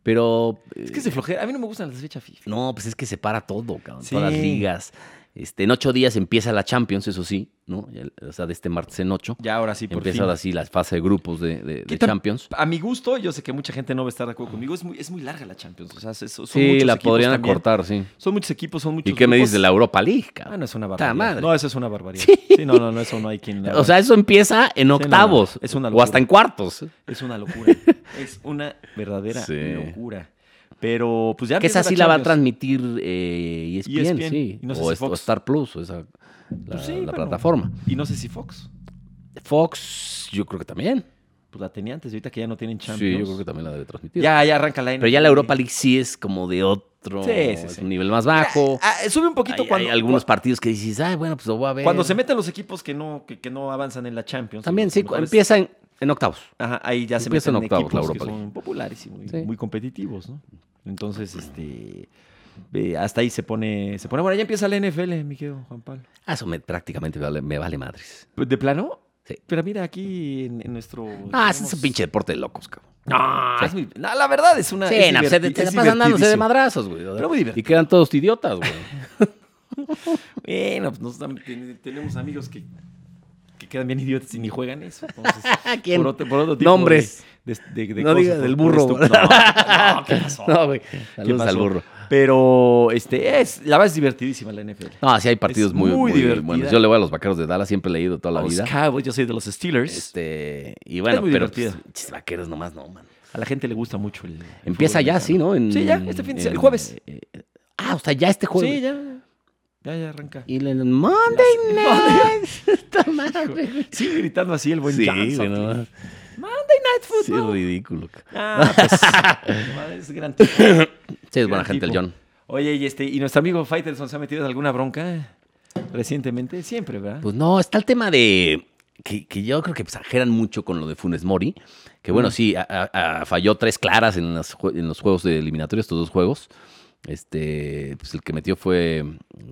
Speaker 2: pero.
Speaker 1: Es
Speaker 2: eh,
Speaker 1: que se flojera. A mí no me gustan las fechas FIFA.
Speaker 2: No, pues es que se para todo, cabrón.
Speaker 1: Sí.
Speaker 2: Todas las ligas. Este, en ocho días empieza la Champions, eso sí, ¿no? El- O sea, de este martes en ocho.
Speaker 1: Ya ahora sí, por
Speaker 2: empieza
Speaker 1: fin.
Speaker 2: así la fase de grupos de, de- de
Speaker 1: ¿Qué tan-
Speaker 2: Champions.
Speaker 1: A mi gusto, yo sé que mucha gente no va a estar de acuerdo conmigo. Es muy, es muy larga la Champions. O sea, es- son
Speaker 2: Sí,
Speaker 1: muchos
Speaker 2: la
Speaker 1: equipos
Speaker 2: podrían
Speaker 1: también.
Speaker 2: acortar, sí.
Speaker 1: Son muchos equipos, son muchos.
Speaker 2: ¿Y qué me
Speaker 1: grupos.
Speaker 2: dices de la Europa League,
Speaker 1: Ah,
Speaker 2: cabrón?
Speaker 1: no, es una
Speaker 2: ¡Ta
Speaker 1: barbaridad.
Speaker 2: madre!
Speaker 1: No, eso es una barbaridad.
Speaker 2: Sí.
Speaker 1: Sí, no, no, no, eso no hay quien. la
Speaker 2: O sea, eso empieza en
Speaker 1: no, no,
Speaker 2: octavos.
Speaker 1: es una
Speaker 2: o
Speaker 1: locura.
Speaker 2: hasta en cuartos.
Speaker 1: Es una locura. es una verdadera
Speaker 2: Sí.
Speaker 1: locura. Pero, pues ya.
Speaker 2: Que esa
Speaker 1: empieza
Speaker 2: sí la va a
Speaker 1: Champions.
Speaker 2: transmitir eh, ESPN,
Speaker 1: ESPN,
Speaker 2: sí.
Speaker 1: y no sé
Speaker 2: o,
Speaker 1: si
Speaker 2: es- o
Speaker 1: Fox.
Speaker 2: Star Plus, o esa, la,
Speaker 1: Pues sí,
Speaker 2: la
Speaker 1: bueno.
Speaker 2: plataforma.
Speaker 1: Y no sé si Fox.
Speaker 2: Fox, yo creo que también.
Speaker 1: Pues la tenía antes, ahorita que ya no tienen Champions.
Speaker 2: Sí, yo creo que también la debe transmitir.
Speaker 1: Ya, ya arranca la
Speaker 2: Pero ya la Europa League sí es como de otro
Speaker 1: Sí, sí,
Speaker 2: es
Speaker 1: sí.
Speaker 2: un nivel más bajo.
Speaker 1: Ah, sube un
Speaker 2: Hay,
Speaker 1: poquito
Speaker 2: hay
Speaker 1: cuando.
Speaker 2: algunos partidos que dices, ay, bueno, pues lo voy a ver.
Speaker 1: Cuando se meten los equipos que no, que, que no avanzan en la Champions. pues,
Speaker 2: También
Speaker 1: los
Speaker 2: sí,
Speaker 1: mejores-
Speaker 2: empieza en, en octavos.
Speaker 1: Ajá, ahí ya se
Speaker 2: empieza
Speaker 1: meten en
Speaker 2: en octavos
Speaker 1: equipos
Speaker 2: la
Speaker 1: que
Speaker 2: Europa League.
Speaker 1: son populares y muy,
Speaker 2: Sí.
Speaker 1: muy competitivos, ¿no? Entonces, este. eh, hasta ahí se pone. Se pone. Bueno, ya empieza la NFL, mi querido Juan Pablo.
Speaker 2: Ah, eso me, prácticamente me vale, me vale madres.
Speaker 1: ¿De plano?
Speaker 2: Sí.
Speaker 1: Pero mira, aquí en, en nuestro.
Speaker 2: Ah, ese es
Speaker 1: tenemos-
Speaker 2: un pinche deporte de locos, cabrón.
Speaker 1: No, es muy- no, la verdad es una.
Speaker 2: Sí,
Speaker 1: es
Speaker 2: no, pues, se,
Speaker 1: diverti-
Speaker 2: se
Speaker 1: es
Speaker 2: la pasan dándose de
Speaker 1: divertidísimo.
Speaker 2: madrazos, güey.
Speaker 1: Pero muy divertido.
Speaker 2: Y quedan todos idiotas, güey.
Speaker 1: Bueno, pues nos dan- ten- tenemos amigos que, que quedan bien idiotas y ni juegan eso. Entonces,
Speaker 2: ¿Quién?
Speaker 1: Por otro, por otro tipo
Speaker 2: Nombres.
Speaker 1: De, de- de- de
Speaker 2: No
Speaker 1: cosas,
Speaker 2: digas
Speaker 1: por-
Speaker 2: del
Speaker 1: por
Speaker 2: burro,
Speaker 1: estu-
Speaker 2: ¿verdad?
Speaker 1: No, no, ¿qué pasó?
Speaker 2: No, güey.
Speaker 1: ¿Qué
Speaker 2: Saludos al
Speaker 1: pasó?
Speaker 2: burro.
Speaker 1: Pero este es, la verdad es divertidísima la NFL.
Speaker 2: No, sí hay partidos
Speaker 1: Es
Speaker 2: muy,
Speaker 1: muy
Speaker 2: muy
Speaker 1: divertida.
Speaker 2: buenos. Yo le voy a los vaqueros de Dallas, siempre le he ido toda la
Speaker 1: A los
Speaker 2: vida.
Speaker 1: Cowboys, yo soy de los Steelers.
Speaker 2: Este, y bueno,
Speaker 1: muy
Speaker 2: pero
Speaker 1: divertida.
Speaker 2: pues, chis, vaqueros nomás no, man.
Speaker 1: A la gente le gusta mucho el. el
Speaker 2: Empieza
Speaker 1: fútbol
Speaker 2: ya,
Speaker 1: americano.
Speaker 2: sí, ¿no? En-
Speaker 1: Sí, ya, este fin de semana, el
Speaker 2: en-
Speaker 1: jueves.
Speaker 2: eh, eh, ah, o sea, ya este jueves.
Speaker 1: Sí, ya. Ya, ya arranca.
Speaker 2: Y el Monday Night. Esta madre, güey.
Speaker 1: Sigue gritando así el buen
Speaker 2: Sí,
Speaker 1: Johnson.
Speaker 2: güey, no más.
Speaker 1: Monday Night
Speaker 2: Sí,
Speaker 1: Football.
Speaker 2: es ridículo.
Speaker 1: Ah, pues. es gran tipo.
Speaker 2: Sí, es buena
Speaker 1: Gran
Speaker 2: gente el
Speaker 1: tipo.
Speaker 2: John.
Speaker 1: Oye, y este, ¿y nuestro amigo Fighterson se ha metido en alguna bronca recientemente? Siempre, ¿verdad?
Speaker 2: Pues no, está el tema de. Que, que yo creo que exageran mucho con lo de Funes Mori. Que bueno, sí, a- a- a- falló tres claras en, las jue- en los juegos de eliminatoria, estos dos juegos. Este, pues el que metió fue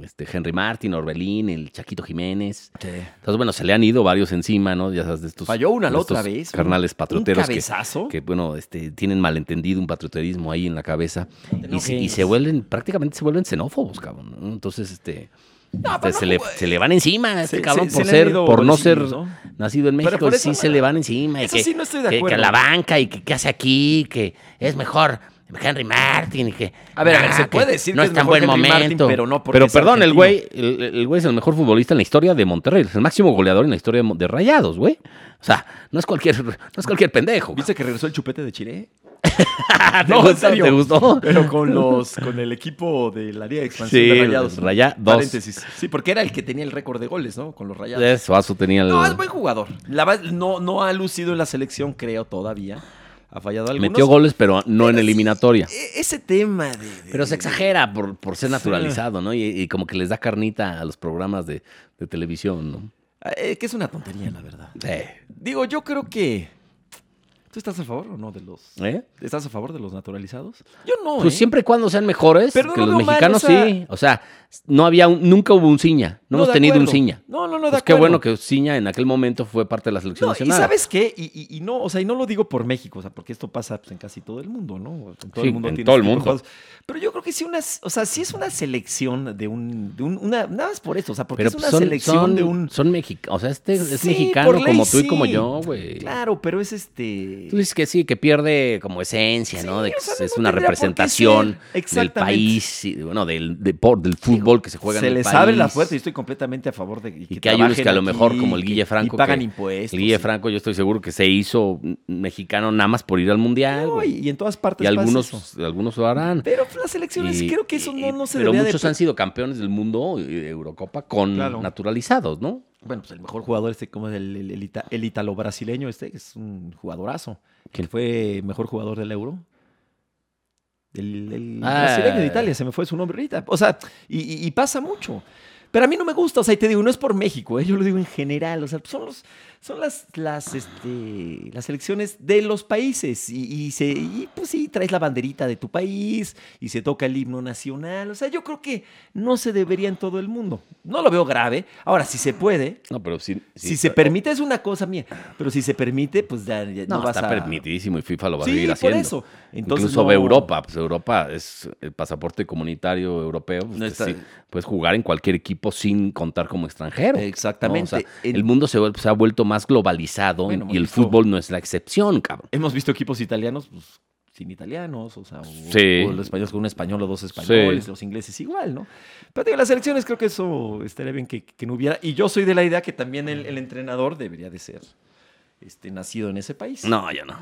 Speaker 2: este, Henry Martin, Orbelín, el Chaquito Jiménez. Entonces, bueno, se le han ido varios encima, ¿no? Ya sabes, de estos.
Speaker 1: Falló una
Speaker 2: de
Speaker 1: la otra
Speaker 2: estos
Speaker 1: vez, un-
Speaker 2: Carnales patrioteros
Speaker 1: un
Speaker 2: que,
Speaker 1: cabezazo.
Speaker 2: que, bueno, este, tienen malentendido un patrioterismo ahí en la cabeza.
Speaker 1: te
Speaker 2: Y se, y
Speaker 1: enojes.
Speaker 2: se vuelven, prácticamente se vuelven xenófobos, cabrón. ¿no? Entonces, este. este,
Speaker 1: pero no
Speaker 2: se, le,
Speaker 1: jugó-
Speaker 2: se le van encima a este
Speaker 1: Se-
Speaker 2: cabrón
Speaker 1: se-
Speaker 2: por
Speaker 1: se le han
Speaker 2: ser,
Speaker 1: ido
Speaker 2: por no ser
Speaker 1: vecinos, ¿no?
Speaker 2: nacido en
Speaker 1: Pero
Speaker 2: México,
Speaker 1: por
Speaker 2: sí
Speaker 1: eso-
Speaker 2: se le van encima. y
Speaker 1: eso
Speaker 2: que,
Speaker 1: sí no estoy de
Speaker 2: que- Que, a
Speaker 1: acuerdo.
Speaker 2: la banca y que qué hace aquí, que es mejor Henry Martin y que.
Speaker 1: A ver, a ver,
Speaker 2: ah,
Speaker 1: se puede decir
Speaker 2: no
Speaker 1: que
Speaker 2: es
Speaker 1: es
Speaker 2: tan
Speaker 1: mejor
Speaker 2: buen
Speaker 1: Henry
Speaker 2: momento.
Speaker 1: Martin, pero no porque
Speaker 2: Pero
Speaker 1: es
Speaker 2: perdón, el
Speaker 1: argentino.
Speaker 2: güey, el, el güey es el mejor futbolista en la historia de Monterrey, es el máximo goleador en la historia de, Mon- de Rayados, güey. O sea, no es cualquier, no es cualquier pendejo.
Speaker 1: ¿Viste que regresó el chupete de Chile?
Speaker 2: Ah, ¿Te gustó? ¿Te gustó?
Speaker 1: Pero con los, con el equipo de la Liga de Expansión
Speaker 2: Sí,
Speaker 1: de Rayados.
Speaker 2: Raya- dos.
Speaker 1: Paréntesis. Sí, porque era el que tenía el récord de goles, ¿no? Con los Rayados.
Speaker 2: Eh, Suazo tenía el.
Speaker 1: No, es buen jugador. La verdad, no, no ha lucido en la selección, creo, todavía. Ha fallado algunos.
Speaker 2: metió goles, pero no en eliminatoria.
Speaker 1: E- Ese tema de... de-
Speaker 2: Pero se
Speaker 1: de-
Speaker 2: exagera por, por ser naturalizado, ¿no? Y, y como que les da carnita a los programas de, de
Speaker 1: ah,
Speaker 2: televisión, ¿no?
Speaker 1: Eh, que es una tontería, la verdad.
Speaker 2: Sí.
Speaker 1: Digo, yo creo que... ¿Tú estás a favor o no de los...
Speaker 2: ¿Eh?
Speaker 1: ¿Estás a favor de los naturalizados? Yo no,
Speaker 2: Pues
Speaker 1: ¿eh?
Speaker 2: siempre y cuando sean mejores
Speaker 1: Pero no
Speaker 2: que
Speaker 1: lo
Speaker 2: los
Speaker 1: veo mal,
Speaker 2: mexicanos,
Speaker 1: o sea-
Speaker 2: sí. O sea, no había un- nunca hubo un ciña. No, hemos
Speaker 1: de
Speaker 2: tenido un
Speaker 1: acuerdo.
Speaker 2: ciña.
Speaker 1: No, no, no, de
Speaker 2: Pues qué
Speaker 1: acuerdo.
Speaker 2: bueno que Ciña en aquel momento fue parte de la selección
Speaker 1: No, y
Speaker 2: nacional.
Speaker 1: sabes qué, y, y- y no, o sea, y no lo digo por México, o sea, porque esto pasa pues, en casi todo el mundo, ¿no? En todo
Speaker 2: Sí,
Speaker 1: el mundo
Speaker 2: en
Speaker 1: tiene
Speaker 2: todo
Speaker 1: ese tipo de
Speaker 2: el mundo.
Speaker 1: jugadores. Pero yo creo que sí una, o sea, sí es una selección de un, de un- una, nada más por esto, o sea, porque
Speaker 2: Pero pues
Speaker 1: es una
Speaker 2: son,
Speaker 1: selección
Speaker 2: son-
Speaker 1: de un.
Speaker 2: son mexicanos. O sea, este es
Speaker 1: Sí,
Speaker 2: mexicano
Speaker 1: por ley
Speaker 2: como tú y como
Speaker 1: sí.
Speaker 2: yo, güey.
Speaker 1: Claro, pero es este.
Speaker 2: eh, Tú dices que sí, que pierde como esencia,
Speaker 1: Sí,
Speaker 2: ¿no? De que
Speaker 1: o sea, no-
Speaker 2: es
Speaker 1: no
Speaker 2: una
Speaker 1: tendría por qué
Speaker 2: representación
Speaker 1: ser.
Speaker 2: del
Speaker 1: Exactamente.
Speaker 2: país, y, bueno, del deporte, del fútbol que se juega
Speaker 1: Se
Speaker 2: en el
Speaker 1: les
Speaker 2: país.
Speaker 1: abre la puerta y estoy completamente a favor de.
Speaker 2: Y que hay unos
Speaker 1: trabajen
Speaker 2: que a lo mejor,
Speaker 1: aquí,
Speaker 2: como el
Speaker 1: que-
Speaker 2: Guille Franco,
Speaker 1: Y pagan
Speaker 2: que-
Speaker 1: impuestos.
Speaker 2: El Guille
Speaker 1: y-
Speaker 2: Franco, yo estoy seguro que se hizo mm, mexicano nada más por ir al mundial.
Speaker 1: No, y,
Speaker 2: güey.
Speaker 1: y en todas partes.
Speaker 2: y
Speaker 1: pasa eso.
Speaker 2: algunos, algunos lo harán.
Speaker 1: Pero las elecciones,
Speaker 2: Y-
Speaker 1: creo que eso
Speaker 2: y-
Speaker 1: no, no se
Speaker 2: Pero
Speaker 1: debería de-
Speaker 2: muchos han sido campeones del mundo y de Eurocopa con
Speaker 1: Claro.
Speaker 2: naturalizados, ¿no?
Speaker 1: Bueno, pues el mejor jugador este, como es el, el, el ita- el italo-brasileño este, que es un jugadorazo. que
Speaker 2: ¿Quién?
Speaker 1: fue mejor jugador del Euro? El, el
Speaker 2: Ah.
Speaker 1: brasileño de Italia, se me fue su nombre ahorita. O sea, y, y- y pasa mucho. Pero a mí no me gusta, o sea, y te digo, no es por México, ¿eh? yo lo digo en general, o sea, pues, son, los, son las, las, este, las elecciones de los países y, y se, y, pues sí, traes la banderita de tu país y se toca el himno nacional, o sea, yo creo que no se debería en todo el mundo. No lo veo grave, ahora, si se puede,
Speaker 2: No, pero sí.
Speaker 1: si se permite es una cosa mía, pero si se permite, pues ya, ya
Speaker 2: No,
Speaker 1: no, vas
Speaker 2: está
Speaker 1: a...
Speaker 2: permitidísimo y FIFA lo va a
Speaker 1: Sí,
Speaker 2: seguir
Speaker 1: por
Speaker 2: haciendo.
Speaker 1: eso. Entonces,
Speaker 2: Incluso
Speaker 1: no-
Speaker 2: ve Europa, pues Europa es el pasaporte comunitario europeo. pues,
Speaker 1: No
Speaker 2: te-
Speaker 1: está-
Speaker 2: sí, puedes jugar en cualquier equipo sin contar como extranjero.
Speaker 1: Exactamente.
Speaker 2: ¿no? O sea,
Speaker 1: En-
Speaker 2: el mundo se, vuel- se ha vuelto más globalizado
Speaker 1: Bueno,
Speaker 2: y el
Speaker 1: hemos visto-
Speaker 2: fútbol no es la excepción, cabrón.
Speaker 1: Hemos visto equipos italianos pues, sin italianos, o sea, o,
Speaker 2: Sí.
Speaker 1: o los españoles con un español o dos españoles,
Speaker 2: Sí.
Speaker 1: los ingleses igual, ¿no? Pero digo, las elecciones creo que eso estaría bien que, que no hubiera. Y yo soy de la idea que también el, el entrenador debería de ser este, nacido en ese país.
Speaker 2: No, yo no.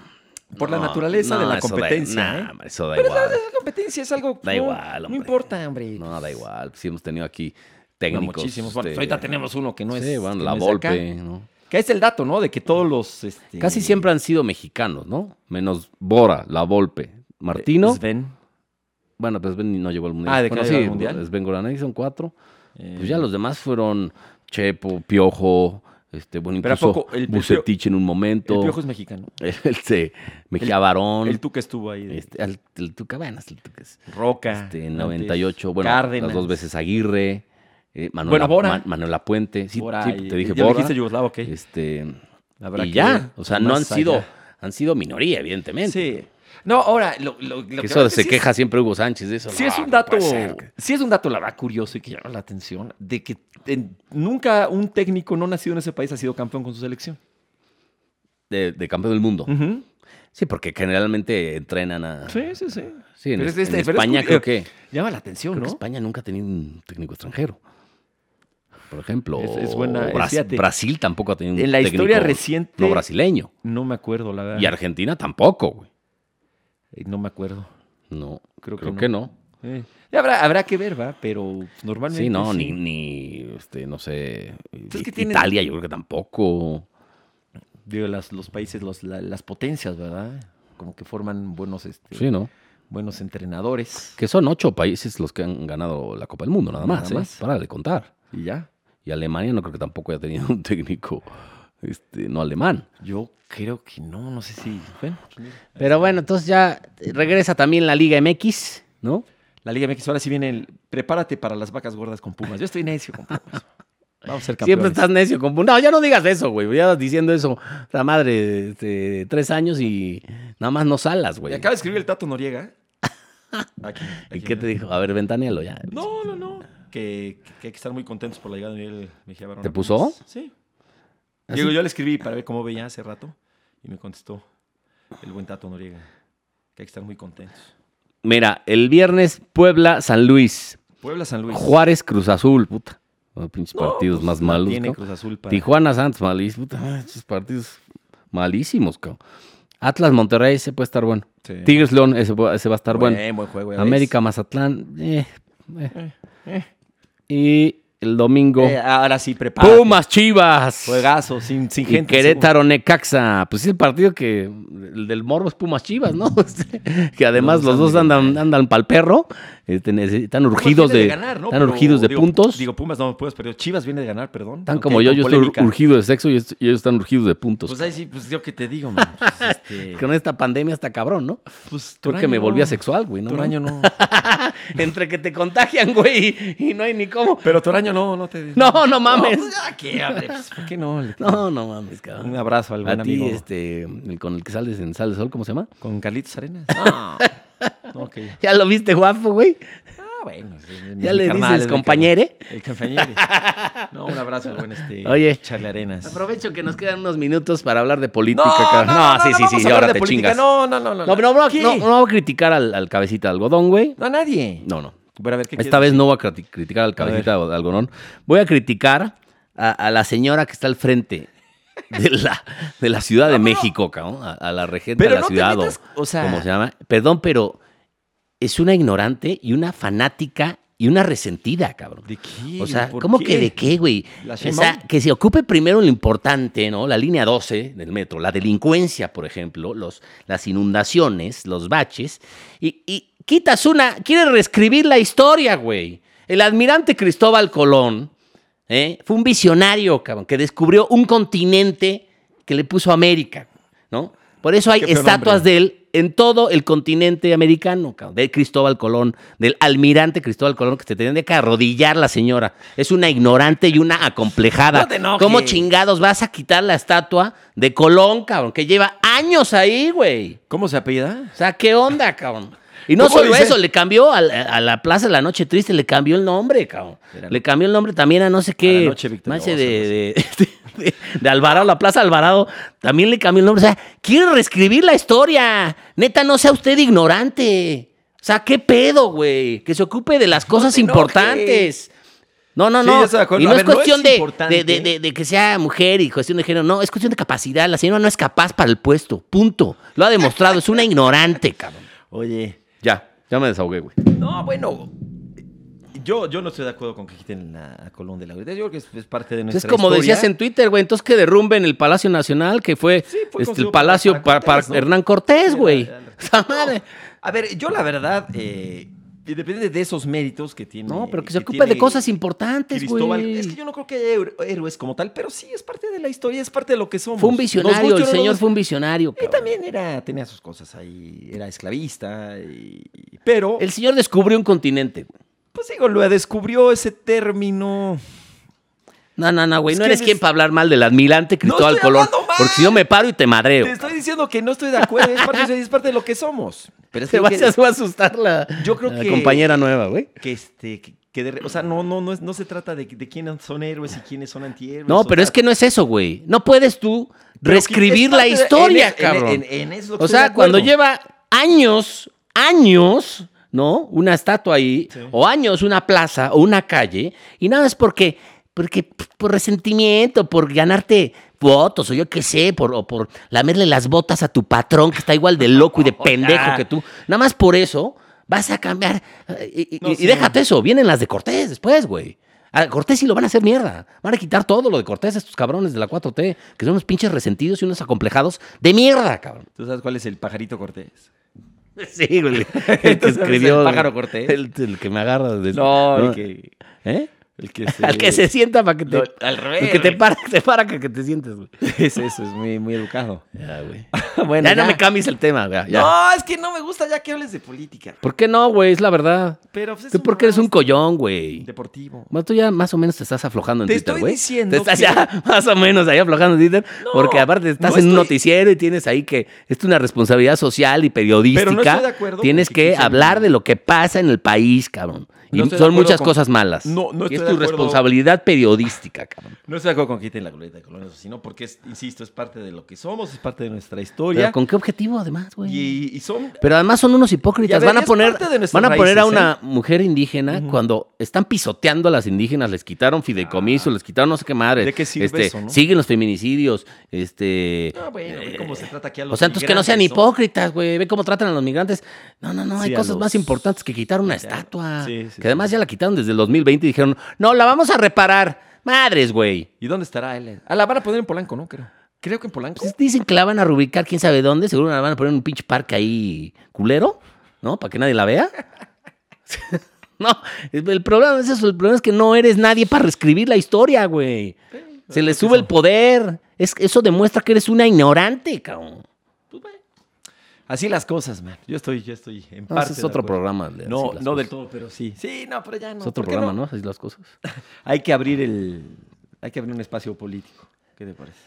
Speaker 1: Por la
Speaker 2: No,
Speaker 1: naturaleza de
Speaker 2: no,
Speaker 1: la
Speaker 2: eso da-
Speaker 1: competencia,
Speaker 2: nah,
Speaker 1: ¿eh?
Speaker 2: hombre, eso da
Speaker 1: Pero
Speaker 2: igual.
Speaker 1: la, la competencia es algo...
Speaker 2: Da
Speaker 1: no,
Speaker 2: igual,
Speaker 1: No
Speaker 2: hombre.
Speaker 1: importa, hombre.
Speaker 2: No, da
Speaker 1: pues,
Speaker 2: igual. Sí hemos tenido aquí
Speaker 1: no,
Speaker 2: técnicos.
Speaker 1: muchísimos. Bueno,
Speaker 2: este,
Speaker 1: ahorita tenemos uno que no es...
Speaker 2: sí, bueno,
Speaker 1: que
Speaker 2: la
Speaker 1: no es de acá.
Speaker 2: Volpe, ¿no?
Speaker 1: Que es el dato, ¿no? De que todos los... este,
Speaker 2: Casi siempre han sido mexicanos, ¿no? Menos Bora, la
Speaker 1: Eh,
Speaker 2: Volpe. Martino.
Speaker 1: Sven,
Speaker 2: Bueno, pues Sven no llegó al mundial.
Speaker 1: Ah, ¿de qué
Speaker 2: bueno,
Speaker 1: no llegó al mundial?
Speaker 2: Sven Goranay son cuatro.
Speaker 1: eh,
Speaker 2: Pues ya los demás fueron Chepo, Piojo, este, bueno,
Speaker 1: Pero ¿a
Speaker 2: incluso
Speaker 1: poco el- el
Speaker 2: Bucetich en un
Speaker 1: El
Speaker 2: momento.
Speaker 1: Piojo es mexicano.
Speaker 2: Este, Mejía Barón.
Speaker 1: El tú que estuvo ahí. de-
Speaker 2: este, al- el Tuca, bueno, es el Tuca, es-
Speaker 1: Roca.
Speaker 2: este,
Speaker 1: antes,
Speaker 2: en 98, bueno,
Speaker 1: Cárdenas.
Speaker 2: las dos veces Aguirre, eh, Manuel,
Speaker 1: Bueno, Bora.
Speaker 2: Ma- Manuel Apuente, sí,
Speaker 1: Bora
Speaker 2: sí,
Speaker 1: y-
Speaker 2: te dije
Speaker 1: ya
Speaker 2: Bora,
Speaker 1: dijiste yugoslavo, ok.
Speaker 2: este,
Speaker 1: Habrá
Speaker 2: y
Speaker 1: que
Speaker 2: ya,
Speaker 1: ver
Speaker 2: o sea, no han
Speaker 1: más
Speaker 2: sido,
Speaker 1: allá.
Speaker 2: han sido minoría, evidentemente.
Speaker 1: Sí. No, ahora, lo, lo- lo
Speaker 2: Que
Speaker 1: que
Speaker 2: eso
Speaker 1: veo
Speaker 2: se
Speaker 1: sí
Speaker 2: queja siempre Hugo Sánchez de eso.
Speaker 1: Es, sí
Speaker 2: no,
Speaker 1: es un
Speaker 2: no
Speaker 1: dato,
Speaker 2: puede ser.
Speaker 1: sí es un dato la verdad curioso y que llama la atención de que en- nunca un técnico no nacido en ese país ha sido campeón con su selección.
Speaker 2: De, de campeón del mundo.
Speaker 1: Ujú.
Speaker 2: Sí, porque generalmente entrenan a...
Speaker 1: Sí, sí, sí.
Speaker 2: Sí, en,
Speaker 1: Pero
Speaker 2: es-
Speaker 1: es este-
Speaker 2: en
Speaker 1: pero es
Speaker 2: España
Speaker 1: cu-
Speaker 2: creo
Speaker 1: eh,
Speaker 2: que...
Speaker 1: Llama la atención,
Speaker 2: Creo que
Speaker 1: ¿no?
Speaker 2: España nunca ha tenido un técnico extranjero. Por ejemplo,
Speaker 1: Es- es buena-
Speaker 2: Bras-
Speaker 1: fíjate.
Speaker 2: Brasil tampoco ha tenido un
Speaker 1: En la
Speaker 2: técnico
Speaker 1: historia reciente-
Speaker 2: no brasileño.
Speaker 1: No me acuerdo, la verdad.
Speaker 2: Y Argentina tampoco, güey.
Speaker 1: Eh, No me acuerdo.
Speaker 2: No, creo,
Speaker 1: Creo que
Speaker 2: que,
Speaker 1: no.
Speaker 2: no.
Speaker 1: Eh, ya habrá, habrá que ver, ¿va? Pero normalmente.
Speaker 2: Sí, no, ni, ni este, no sé.
Speaker 1: Pues es
Speaker 2: I-
Speaker 1: que tienen-
Speaker 2: Italia, yo creo que tampoco.
Speaker 1: Digo, las, los países, los- la- las potencias, ¿verdad? Como que forman buenos, este,
Speaker 2: Sí, ¿no?
Speaker 1: buenos entrenadores.
Speaker 2: Que son ocho países los que han ganado la Copa del Mundo, nada más.
Speaker 1: Nada
Speaker 2: ¿eh?
Speaker 1: más.
Speaker 2: Para de contar.
Speaker 1: Y ya.
Speaker 2: Y Alemania no creo que tampoco haya tenido un técnico este, no alemán.
Speaker 1: Yo creo que no, no sé si. Bueno,
Speaker 2: Pero bueno, entonces ya regresa también la Liga MX, ¿no?
Speaker 1: la Liga MX ahora sí viene el. Prepárate para las vacas gordas con Pumas. Yo estoy necio con Pumas. Vamos a ser campeones.
Speaker 2: Siempre estás necio. Con... No, ya no digas eso, güey. Ya vas diciendo eso. La madre, este, tres años y nada más no salas,
Speaker 1: Me
Speaker 2: güey.
Speaker 1: acaba de escribir el Tato Noriega. Aquí,
Speaker 2: ¿Y
Speaker 1: aquí.
Speaker 2: qué te dijo? A ver, ventanealo ya.
Speaker 1: No, no, no. Que, que hay que estar muy contentos por la llegada de Miguel Mejía Barón.
Speaker 2: ¿Te
Speaker 1: a
Speaker 2: puso?
Speaker 1: Pumas. Sí.
Speaker 2: ¿Ah,
Speaker 1: Digo,
Speaker 2: sí?
Speaker 1: yo le escribí para ver cómo veía hace rato y me contestó el buen Tato Noriega. Que hay que estar muy contentos.
Speaker 2: Mira, el viernes Puebla, San Luis.
Speaker 1: Puebla San Luis.
Speaker 2: Juárez, Cruz Azul, puta. Los pinches
Speaker 1: Pues- No,
Speaker 2: partidos
Speaker 1: pues,
Speaker 2: más
Speaker 1: la
Speaker 2: malos.
Speaker 1: Tiene
Speaker 2: cabrón.
Speaker 1: Cruz Azul para.
Speaker 2: Tijuana, Santos, malís, puta. ah, Esos partidos malísimos, cabrón. Atlas, Monterrey, ese puede estar bueno.
Speaker 1: Sí.
Speaker 2: Tigres, León, ese, va- ese va a estar bueno.
Speaker 1: Buen, buen juego. ya ves.
Speaker 2: América, Mazatlán, eh, eh.
Speaker 1: eh.
Speaker 2: Y el domingo,
Speaker 1: Eh, ahora sí,
Speaker 2: ah,
Speaker 1: prepárate.
Speaker 2: Pumas, Chivas.
Speaker 1: Juegazo, sin, sin
Speaker 2: Y
Speaker 1: gente.
Speaker 2: Querétaro Necaxa, pues sí, el partido que el del Morbo es Pumas Chivas, ¿no? que además
Speaker 1: Los dos
Speaker 2: los dos
Speaker 1: andan
Speaker 2: andan andan pa'l perro este, nece- están
Speaker 1: Pumas
Speaker 2: urgidos
Speaker 1: viene
Speaker 2: de,
Speaker 1: ganar, ¿no?
Speaker 2: están
Speaker 1: Pero,
Speaker 2: urgidos de
Speaker 1: digo,
Speaker 2: puntos.
Speaker 1: Digo, Pumas no, Pumas perdió. Chivas viene de ganar, perdón.
Speaker 2: están
Speaker 1: Ok,
Speaker 2: como yo,
Speaker 1: con
Speaker 2: yo estoy
Speaker 1: polémica.
Speaker 2: urgido de sexo y, est- y ellos están urgidos de puntos.
Speaker 1: Pues ahí sí, pues yo que te digo, man. Pues, este,
Speaker 2: Con esta pandemia está cabrón, ¿no?
Speaker 1: pues,
Speaker 2: Creo
Speaker 1: Toraño
Speaker 2: que me
Speaker 1: no.
Speaker 2: volví asexual, güey. ¿no?
Speaker 1: Toraño no.
Speaker 2: Entre que te contagian, güey, y, y no hay ni cómo.
Speaker 1: Pero Toraño no, no te.
Speaker 2: No, no mames.
Speaker 1: pues, ah, ¿qué, hombre? Pues, ¿Por qué no? Ah. Le-
Speaker 2: No, no mames, cabrón.
Speaker 1: Un abrazo al buen
Speaker 2: A ti,
Speaker 1: amigo.
Speaker 2: este, el con el que sales en Sal de Sol, ¿cómo se llama?
Speaker 1: ¿Con Carlitos Arenas? No. ok.
Speaker 2: Ya lo viste guapo, güey.
Speaker 1: Ah, bueno. sí, mi
Speaker 2: Ya le
Speaker 1: carnal,
Speaker 2: dices
Speaker 1: mi
Speaker 2: compañere.
Speaker 1: carnal. El compañero. No, un abrazo al buen este.
Speaker 2: Oye.
Speaker 1: Charlie Arenas.
Speaker 2: Aprovecho que nos quedan unos minutos para hablar de política, cabrón. No, sí,
Speaker 1: vamos
Speaker 2: sí,
Speaker 1: a
Speaker 2: sí,
Speaker 1: hablar
Speaker 2: ahora
Speaker 1: de
Speaker 2: te
Speaker 1: política.
Speaker 2: chingas.
Speaker 1: No, no, no, no.
Speaker 2: No, pero no,
Speaker 1: ¿Qué?
Speaker 2: no, no voy a criticar al, al cabecita de algodón, güey.
Speaker 1: No a nadie.
Speaker 2: No, no.
Speaker 1: Pero a ver, ¿qué
Speaker 2: Esta
Speaker 1: quieres?
Speaker 2: vez no voy a criti- criticar al cabecita de algodón. Voy a criticar a, a la señora que está al frente de la, de la Ciudad de México, cabrón. A, a la regenta
Speaker 1: Pero
Speaker 2: de la
Speaker 1: no te
Speaker 2: ciudad.
Speaker 1: metas, o sea-
Speaker 2: ¿Cómo se llama? Perdón, pero es una ignorante y una fanática y una resentida, cabrón.
Speaker 1: ¿De qué?
Speaker 2: O sea,
Speaker 1: ¿Por
Speaker 2: ¿cómo que
Speaker 1: qué?
Speaker 2: de qué, güey?
Speaker 1: ¿La
Speaker 2: O
Speaker 1: Sheinbaum?
Speaker 2: sea, que se ocupe primero lo importante, ¿no? La línea 12 del metro, la delincuencia, por ejemplo, los, las inundaciones, los baches, y, y quitas una, quiere reescribir la historia, güey. El admirante Cristóbal Colón ¿eh? fue un visionario, cabrón, que descubrió un continente que le puso América, ¿no? Por eso hay
Speaker 1: Qué feo
Speaker 2: estatuas
Speaker 1: nombre.
Speaker 2: de él en todo el continente americano, cabrón, de Cristóbal Colón, del almirante Cristóbal Colón, que se tendría que arrodillar la señora. Es una ignorante y una acomplejada.
Speaker 1: No te enojes.
Speaker 2: ¿Cómo chingados vas a quitar la estatua de Colón, cabrón, que lleva años ahí, güey?
Speaker 1: ¿Cómo se apellida?
Speaker 2: O sea, ¿qué onda, cabrón? Y no
Speaker 1: ¿Cómo
Speaker 2: solo
Speaker 1: dice?
Speaker 2: eso, le cambió a, la- a la Plaza de la Noche Triste, le cambió el nombre, cabrón.
Speaker 1: Espérame.
Speaker 2: Le cambió el nombre también a no sé qué.
Speaker 1: A la Noche Victoriosa,
Speaker 2: manche de, de- de- de Alvarado, la Plaza Alvarado, también le cambió el nombre. O sea, quiere reescribir la historia. Neta, no sea usted ignorante. O sea, ¿qué pedo, güey? Que se ocupe de las cosas
Speaker 1: te enojes.
Speaker 2: importantes. No, no,
Speaker 1: Sí,
Speaker 2: no.
Speaker 1: yo estoy de acuerdo.
Speaker 2: y no
Speaker 1: A
Speaker 2: es
Speaker 1: ver, no es
Speaker 2: cuestión de-
Speaker 1: importante.
Speaker 2: de- de- de- de que sea mujer y cuestión de género. No, es cuestión de capacidad. La señora no es capaz para el puesto. Punto. Lo ha demostrado. es una ignorante, cabrón.
Speaker 1: Oye.
Speaker 2: Ya, ya me desahogué, güey.
Speaker 1: No, bueno. Yo, yo no estoy de acuerdo con que quiten la- a Colón de la ahorita. Yo creo que es, es parte de nuestra
Speaker 2: Pues Es como
Speaker 1: historia.
Speaker 2: decías en Twitter, güey. Entonces que derrumben el Palacio Nacional, que fue
Speaker 1: Sí, fue
Speaker 2: este, el
Speaker 1: construido
Speaker 2: Palacio
Speaker 1: para-
Speaker 2: para,
Speaker 1: para Cortés,
Speaker 2: para
Speaker 1: ¿no?
Speaker 2: Hernán Cortés,
Speaker 1: Sí,
Speaker 2: güey.
Speaker 1: la- la-
Speaker 2: Esa madre.
Speaker 1: A ver, yo la verdad, eh, depende de esos méritos que tiene.
Speaker 2: No, pero que se ocupe de
Speaker 1: tiene
Speaker 2: cosas importantes,
Speaker 1: Cristóbal.
Speaker 2: güey.
Speaker 1: Es que yo no creo que haya héro- héroes como tal, pero sí es parte de la historia, es parte de lo que somos.
Speaker 2: Fue un
Speaker 1: Nos
Speaker 2: visionario,
Speaker 1: guste o
Speaker 2: el
Speaker 1: no
Speaker 2: señor
Speaker 1: nos-
Speaker 2: fue un visionario.
Speaker 1: Y
Speaker 2: cabrón.
Speaker 1: también era, tenía sus cosas ahí, era esclavista, y- y- pero,
Speaker 2: El señor descubrió un continente, güey.
Speaker 1: pues digo, lo descubrió ese término.
Speaker 2: No, no, no, güey.
Speaker 1: Es
Speaker 2: no
Speaker 1: que
Speaker 2: eres
Speaker 1: eres-
Speaker 2: quien para hablar mal del almirante Cristóbal
Speaker 1: estoy
Speaker 2: Colón.
Speaker 1: hablando mal.
Speaker 2: Porque si yo me paro y te madreo.
Speaker 1: Te estoy diciendo que no estoy de acuerdo, es parte, es parte de lo que somos. Pero es que
Speaker 2: Se
Speaker 1: yo
Speaker 2: va,
Speaker 1: que-
Speaker 2: se va a asustar la,
Speaker 1: Yo creo
Speaker 2: la
Speaker 1: que-
Speaker 2: compañera nueva, güey.
Speaker 1: que este que, que de re- o sea no no no es- no se trata de, de quiénes son héroes y quiénes son antihéroes
Speaker 2: No,
Speaker 1: o
Speaker 2: pero
Speaker 1: sea,
Speaker 2: es que no es eso, güey. No puedes tú
Speaker 1: pero que es
Speaker 2: reescribir
Speaker 1: parte
Speaker 2: la
Speaker 1: de- en
Speaker 2: historia,
Speaker 1: es- en- e-
Speaker 2: cabrón.
Speaker 1: en- en eso
Speaker 2: o
Speaker 1: estoy de
Speaker 2: sea,
Speaker 1: acuerdo.
Speaker 2: cuando lleva años, años, ¿no? Una estatua ahí, o años, una plaza, o una calle, y nada es porque, porque p- por resentimiento, por ganarte votos, o yo qué sé, por, o por lamerle las botas a tu patrón, que está igual de loco y de pendejo que tú. Nada más por eso vas a cambiar. eh, Y, y-
Speaker 1: No,
Speaker 2: y
Speaker 1: sí,
Speaker 2: déjate eso, vienen las de Cortés después, güey. A Cortés sí lo van a hacer mierda. Van a quitar todo lo de Cortés, estos cabrones de la 4T, que son unos pinches resentidos y unos acomplejados de mierda, cabrón.
Speaker 1: tú sabes cuál es el pajarito Cortés
Speaker 2: Sí, güey. El que
Speaker 1: Entonces,
Speaker 2: escribió.
Speaker 1: el pájaro cortés.
Speaker 2: El, el que me agarra. de-
Speaker 1: no, el que
Speaker 2: ¿Eh?
Speaker 1: el que se,
Speaker 2: Al que se sienta para que te.
Speaker 1: Lo- al revés
Speaker 2: El que te
Speaker 1: güey.
Speaker 2: para, te para que, que te sientes, güey.
Speaker 1: es eso es muy muy educado
Speaker 2: Ya, güey.
Speaker 1: bueno
Speaker 2: ya, no me cambies el tema, güey. ya.
Speaker 1: no es que no me gusta ya que hables de política
Speaker 2: ¿Por qué no, güey? Es la verdad.
Speaker 1: pero pues, es
Speaker 2: Tú
Speaker 1: un
Speaker 2: porque eres un
Speaker 1: programa
Speaker 2: collón, güey.
Speaker 1: deportivo
Speaker 2: Bueno, tú ya más o menos te estás aflojando en
Speaker 1: Te
Speaker 2: Twitter,
Speaker 1: estoy
Speaker 2: güey.
Speaker 1: diciendo
Speaker 2: Te estás
Speaker 1: que-
Speaker 2: ya más o menos ahí aflojando en Twitter.
Speaker 1: No,
Speaker 2: porque aparte estás
Speaker 1: no
Speaker 2: en un
Speaker 1: estoy-
Speaker 2: noticiero y tienes ahí que. Es una responsabilidad social y periodística.
Speaker 1: de acuerdo
Speaker 2: Tienes
Speaker 1: con que
Speaker 2: que
Speaker 1: quiten-
Speaker 2: hablar de lo que pasa en el país, cabrón. Y
Speaker 1: No estoy de
Speaker 2: son
Speaker 1: acuerdo
Speaker 2: muchas
Speaker 1: con-
Speaker 2: cosas malas.
Speaker 1: No, no estoy
Speaker 2: Y es
Speaker 1: de
Speaker 2: tu
Speaker 1: acuerdo.
Speaker 2: responsabilidad periodística, cabrón.
Speaker 1: no estoy de acuerdo con que quiten la glorieta de Colón sino porque es, insisto es parte de lo que somos es parte de nuestra
Speaker 2: Pero
Speaker 1: historia
Speaker 2: ¿Con qué objetivo, además, güey?
Speaker 1: y, y son
Speaker 2: Pero además son unos
Speaker 1: Y a
Speaker 2: hipócritas.
Speaker 1: ver,
Speaker 2: van a
Speaker 1: es
Speaker 2: poner,
Speaker 1: parte de nuestras
Speaker 2: van a poner a
Speaker 1: raíces, ¿eh?
Speaker 2: una mujer indígena cuando están pisoteando a las indígenas, les quitaron fideicomiso, les quitaron no sé qué madre.
Speaker 1: Ah. ¿De qué sirve
Speaker 2: este,
Speaker 1: eso, no?
Speaker 2: Siguen los feminicidios, este.
Speaker 1: No, ah, bueno, ve cómo se trata aquí a los
Speaker 2: O sea, entonces que no sean
Speaker 1: migrantes, ¿no?
Speaker 2: hipócritas, güey. Ve cómo tratan a los migrantes. No, no, no. Hay
Speaker 1: Sí, a
Speaker 2: cosas
Speaker 1: los-
Speaker 2: más importantes que quitar una
Speaker 1: Sí, a-
Speaker 2: estatua.
Speaker 1: sí, sí,
Speaker 2: que además
Speaker 1: sí.
Speaker 2: ya la quitaron desde el 2020 y dijeron, no, la vamos a reparar. Madres, güey.
Speaker 1: ¿Y dónde estará él? Ah, la van a poner en Polanco, ¿no? Creo. Creo que en Polanco.
Speaker 2: Pues dicen que la van a reubicar quién sabe dónde. Seguro la van a poner en un pinche parque ahí culero, ¿no? Para que nadie la vea. No, el problema es eso, el problema es que no eres nadie para reescribir la historia, güey. Se le sube el poder. Es, eso demuestra que eres una ignorante, cabrón.
Speaker 1: Así las cosas, man. Yo estoy, yo estoy en
Speaker 2: No,
Speaker 1: parte
Speaker 2: ese es
Speaker 1: de
Speaker 2: otro
Speaker 1: acuerdo.
Speaker 2: programa. de
Speaker 1: No,
Speaker 2: Así las
Speaker 1: no
Speaker 2: Cosas.
Speaker 1: del todo, pero sí. Sí, no, pero ya no.
Speaker 2: Es
Speaker 1: ¿Por
Speaker 2: otro
Speaker 1: qué
Speaker 2: programa, ¿no? Así las cosas.
Speaker 1: Hay que abrir el. Hay que abrir un espacio político. ¿Qué te parece?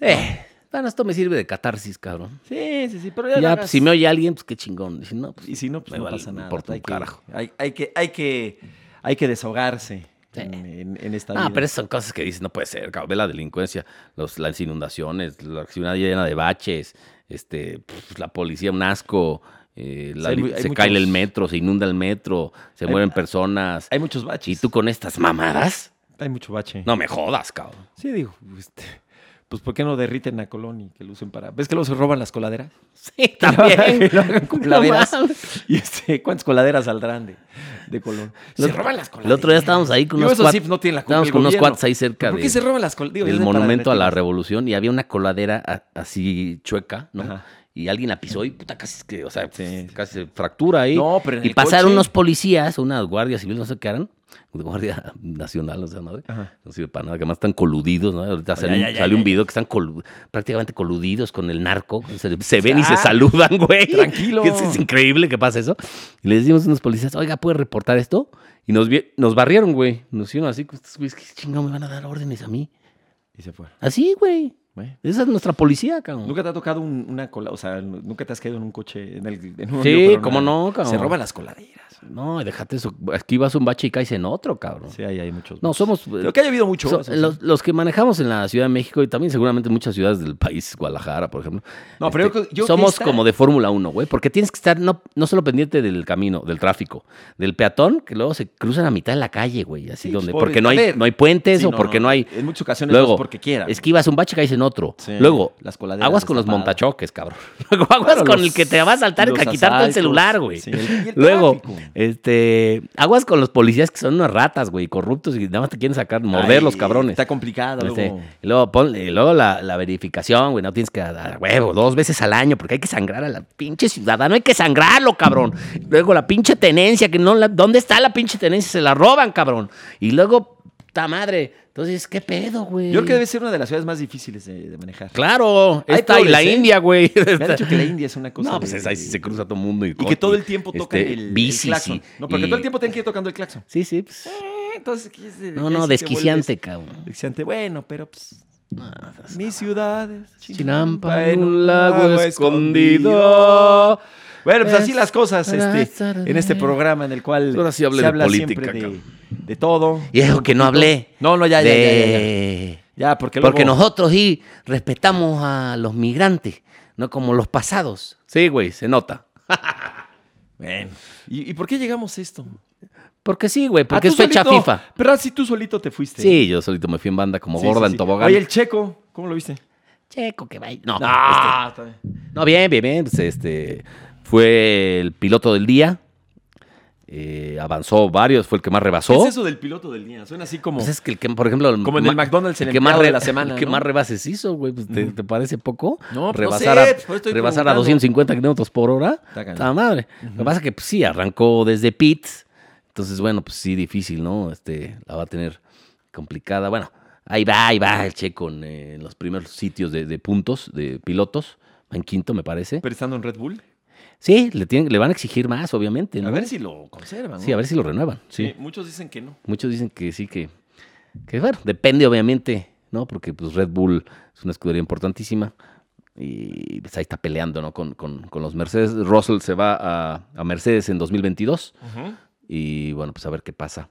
Speaker 2: Eh, bueno, esto me sirve de catarsis, cabrón.
Speaker 1: Sí, sí, sí. Pero ya,
Speaker 2: Ya,
Speaker 1: no
Speaker 2: pues,
Speaker 1: hagas-
Speaker 2: si me oye alguien, pues qué chingón. Y si no, pues,
Speaker 1: Y si no, pues
Speaker 2: me
Speaker 1: no
Speaker 2: vale,
Speaker 1: pasa
Speaker 2: me
Speaker 1: nada.
Speaker 2: importa un
Speaker 1: hay, que,
Speaker 2: carajo.
Speaker 1: Hay, hay que, hay que, hay que desahogarse en, en- en esta
Speaker 2: Ah,
Speaker 1: vida.
Speaker 2: pero esas son cosas que dices, no puede ser, cabrón. Ve la delincuencia, los- las inundaciones, la ciudad llena de baches, este, pff, la policía, un asco, eh, la
Speaker 1: Sí, hay
Speaker 2: li-
Speaker 1: mu- hay
Speaker 2: se cae
Speaker 1: muchos-
Speaker 2: el metro, se inunda el metro, se
Speaker 1: Hay-
Speaker 2: mueren personas.
Speaker 1: Hay muchos baches.
Speaker 2: ¿Y tú con estas mamadas?
Speaker 1: Hay mucho bache.
Speaker 2: No me jodas, cabrón.
Speaker 1: Sí, digo, este, pues ¿por qué no derriten a Colón y que lo usen para... ¿Ves que luego se roban las coladeras?
Speaker 2: Sí, también.
Speaker 1: Que lo hagan con
Speaker 2: No
Speaker 1: coladeras.
Speaker 2: mames.
Speaker 1: y este, ¿cuántas coladeras saldrán de, de Colón?
Speaker 2: Lo-
Speaker 1: se roban las coladeras.
Speaker 2: El otro día estábamos ahí con
Speaker 1: Digo,
Speaker 2: unos
Speaker 1: eso sí,
Speaker 2: cuates.
Speaker 1: pues, no tiene la culpa
Speaker 2: estábamos
Speaker 1: el
Speaker 2: con unos
Speaker 1: gobierno.
Speaker 2: cuates ahí cerca
Speaker 1: ¿Por qué
Speaker 2: de-
Speaker 1: se roban las coladeras?
Speaker 2: del monumento a la revolución y había una coladera a- así chueca, ¿no?
Speaker 1: Ajá.
Speaker 2: Y alguien la pisó y puta casi es que, o sea,
Speaker 1: Sí, sí.
Speaker 2: casi se fractura ahí.
Speaker 1: No, pero en
Speaker 2: y
Speaker 1: el
Speaker 2: pasaron
Speaker 1: coche.
Speaker 2: unos policías, unas guardias civiles, no sé qué eran, guardia nacional, o sea, madre.
Speaker 1: Ajá.
Speaker 2: No sirve para nada, que además están coludidos, ¿no? Ahorita
Speaker 1: Ya,
Speaker 2: salió,
Speaker 1: ya,
Speaker 2: un-
Speaker 1: ya,
Speaker 2: salió
Speaker 1: ya,
Speaker 2: un
Speaker 1: ya.
Speaker 2: video que están colu- prácticamente coludidos con el narco. Se, se ven y se
Speaker 1: Ah,
Speaker 2: saludan, güey.
Speaker 1: tranquilo.
Speaker 2: Que Es, es increíble que pase eso. Y le decimos a unos policías, oiga, ¿puede reportar esto? Y nos, vi- nos barrieron, güey. Nos hicieron así, como estos güeyes, ¿qué chingado me van a dar órdenes a mí?
Speaker 1: Y se fueron.
Speaker 2: Así, güey.
Speaker 1: Bueno.
Speaker 2: Esa es nuestra policía, cabrón.
Speaker 1: ¿Nunca te ha tocado un- una cola? O sea, ¿nunca te has caído en un coche? En el, en un
Speaker 2: Sí,
Speaker 1: hoyo, pero
Speaker 2: cómo
Speaker 1: nada?
Speaker 2: no, cabrón.
Speaker 1: Se roban las coladeras.
Speaker 2: No, déjate eso. Aquí vas a un bache y caes en otro, cabrón.
Speaker 1: Sí, ahí hay muchos.
Speaker 2: No, somos...
Speaker 1: Creo que haya habido mucho.
Speaker 2: so-
Speaker 1: eso sí.
Speaker 2: los, los que manejamos en la Ciudad de México y también seguramente en muchas ciudades del país, Guadalajara, por ejemplo.
Speaker 1: No, pero
Speaker 2: este,
Speaker 1: yo, creo- yo
Speaker 2: somos
Speaker 1: esta-
Speaker 2: como de Fórmula 1, güey, porque tienes que estar no, no solo pendiente del camino, del tráfico, del peatón, que luego se cruzan a mitad de la calle, güey,
Speaker 1: Sí,
Speaker 2: así
Speaker 1: pues,
Speaker 2: donde,
Speaker 1: pobre,
Speaker 2: porque no
Speaker 1: a
Speaker 2: hay,
Speaker 1: ver.
Speaker 2: no hay puentes
Speaker 1: Sí,
Speaker 2: o porque no, hay...
Speaker 1: En muchas ocasiones
Speaker 2: Luego,
Speaker 1: no es porque quieran.
Speaker 2: Esquivas un bache, caes en otro.
Speaker 1: Sí,
Speaker 2: luego,
Speaker 1: las coladeras
Speaker 2: aguas con los
Speaker 1: destapadas.
Speaker 2: montachoques, cabrón. Luego, aguas
Speaker 1: Claro,
Speaker 2: con
Speaker 1: los-
Speaker 2: el que te va a saltar
Speaker 1: los
Speaker 2: a quitarte el
Speaker 1: asaltos,
Speaker 2: celular, güey.
Speaker 1: sí, el- y el
Speaker 2: Luego,
Speaker 1: tráfico.
Speaker 2: este, aguas con los policías que son unas ratas, güey, corruptos y nada más te quieren sacar, morder
Speaker 1: Ay,
Speaker 2: los cabrones.
Speaker 1: Está complicado.
Speaker 2: Este,
Speaker 1: luego.
Speaker 2: y luego, pon- y luego la, la verificación, güey, no tienes que dar huevo dos veces al año porque hay que sangrar a la pinche ciudadano, hay que sangrarlo, cabrón. Luego la pinche tenencia, que no, la- ¿dónde está la pinche tenencia? Se la roban, cabrón. Y luego, ta madre. Entonces, ¿qué pedo, güey?
Speaker 1: Yo creo que debe ser una de las ciudades más difíciles de, de manejar.
Speaker 2: Claro,
Speaker 1: Hay
Speaker 2: esta y
Speaker 1: pobres,
Speaker 2: la
Speaker 1: ¿eh?
Speaker 2: India, güey.
Speaker 1: Me han dicho que la India es una cosa.
Speaker 2: No, pues
Speaker 1: de-
Speaker 2: es ahí sí se cruza todo el mundo. Y,
Speaker 1: Y que todo el tiempo tocan
Speaker 2: este,
Speaker 1: el, el
Speaker 2: bicis
Speaker 1: claxon.
Speaker 2: y-
Speaker 1: no, porque
Speaker 2: y-
Speaker 1: todo el tiempo tienen que ir tocando el claxon.
Speaker 2: Sí, sí. pues.
Speaker 1: Eh, Entonces, ¿qué es de-
Speaker 2: No,
Speaker 1: ya sí
Speaker 2: no,
Speaker 1: te
Speaker 2: desquiciante,
Speaker 1: vuelves-
Speaker 2: cabrón.
Speaker 1: Desquiciante. Bueno, pero pues.
Speaker 2: No,
Speaker 1: Mis ciudades.
Speaker 2: Chinampa en un lago escondido.
Speaker 1: Bueno, pues así las cosas este, en este programa en el cual
Speaker 2: Pues Ahora sí hable
Speaker 1: se
Speaker 2: de
Speaker 1: habla
Speaker 2: política,
Speaker 1: siempre de,
Speaker 2: cabrón.
Speaker 1: de todo.
Speaker 2: Y es que no hablé.
Speaker 1: No, no, ya, ya, ya, ya, ya.
Speaker 2: de-
Speaker 1: Ya, porque,
Speaker 2: Porque
Speaker 1: luego-
Speaker 2: nosotros sí respetamos a los migrantes, no como los pasados. Sí, güey, se nota.
Speaker 1: Bueno, ¿y, y por qué llegamos a esto?
Speaker 2: Porque sí, güey,
Speaker 1: Ah,
Speaker 2: porque
Speaker 1: tú
Speaker 2: es fecha
Speaker 1: solito.
Speaker 2: FIFA.
Speaker 1: Pero si tú solito te fuiste.
Speaker 2: Sí, yo solito me fui en banda como
Speaker 1: Sí,
Speaker 2: gorda
Speaker 1: sí,
Speaker 2: en
Speaker 1: sí.
Speaker 2: tobogán.
Speaker 1: Oye, el checo, ¿cómo lo viste?
Speaker 2: Checo, que vaya. No, este,
Speaker 1: Ah, está bien.
Speaker 2: No, bien, bien, bien. Pues, este, fue el piloto del día. Eh, avanzó varios, fue el que más
Speaker 1: ¿Qué
Speaker 2: rebasó.
Speaker 1: es eso del piloto del día? Suena así como.
Speaker 2: Pues es que el que, por ejemplo, el
Speaker 1: Como en
Speaker 2: ma-
Speaker 1: el McDonald's, el
Speaker 2: que más
Speaker 1: empleado de
Speaker 2: re-
Speaker 1: la semana,
Speaker 2: el que
Speaker 1: ¿no?
Speaker 2: más rebases hizo, güey. Pues, ¿te, te parece poco?
Speaker 1: No, pues, no
Speaker 2: rebasar
Speaker 1: sé,
Speaker 2: a,
Speaker 1: pues, por eso estoy
Speaker 2: rebasar a
Speaker 1: preguntando.
Speaker 2: 250 kilómetros por hora.
Speaker 1: Está cañón.
Speaker 2: Está madre. Lo que pasa es que pues, sí, arrancó desde pit. Entonces, bueno, pues sí, difícil, ¿no? Este, la va a tener complicada. Bueno, ahí va, ahí va el checo en, eh, en los primeros sitios de, de puntos, de pilotos. Va En quinto, me parece.
Speaker 1: Pero estando en Red Bull.
Speaker 2: Sí, le, tienen, le van a exigir más, obviamente. ¿no?
Speaker 1: A ver si lo conservan.
Speaker 2: Sí, a ver si lo renuevan. Sí.
Speaker 1: Muchos dicen que no.
Speaker 2: Muchos dicen que sí, que, que bueno, depende obviamente, ¿no? Porque pues Red Bull es una escudería importantísima y pues ahí está peleando, ¿no? Con, con- con los Mercedes. Russell se va a, a Mercedes en 2022 y bueno, pues a ver qué pasa.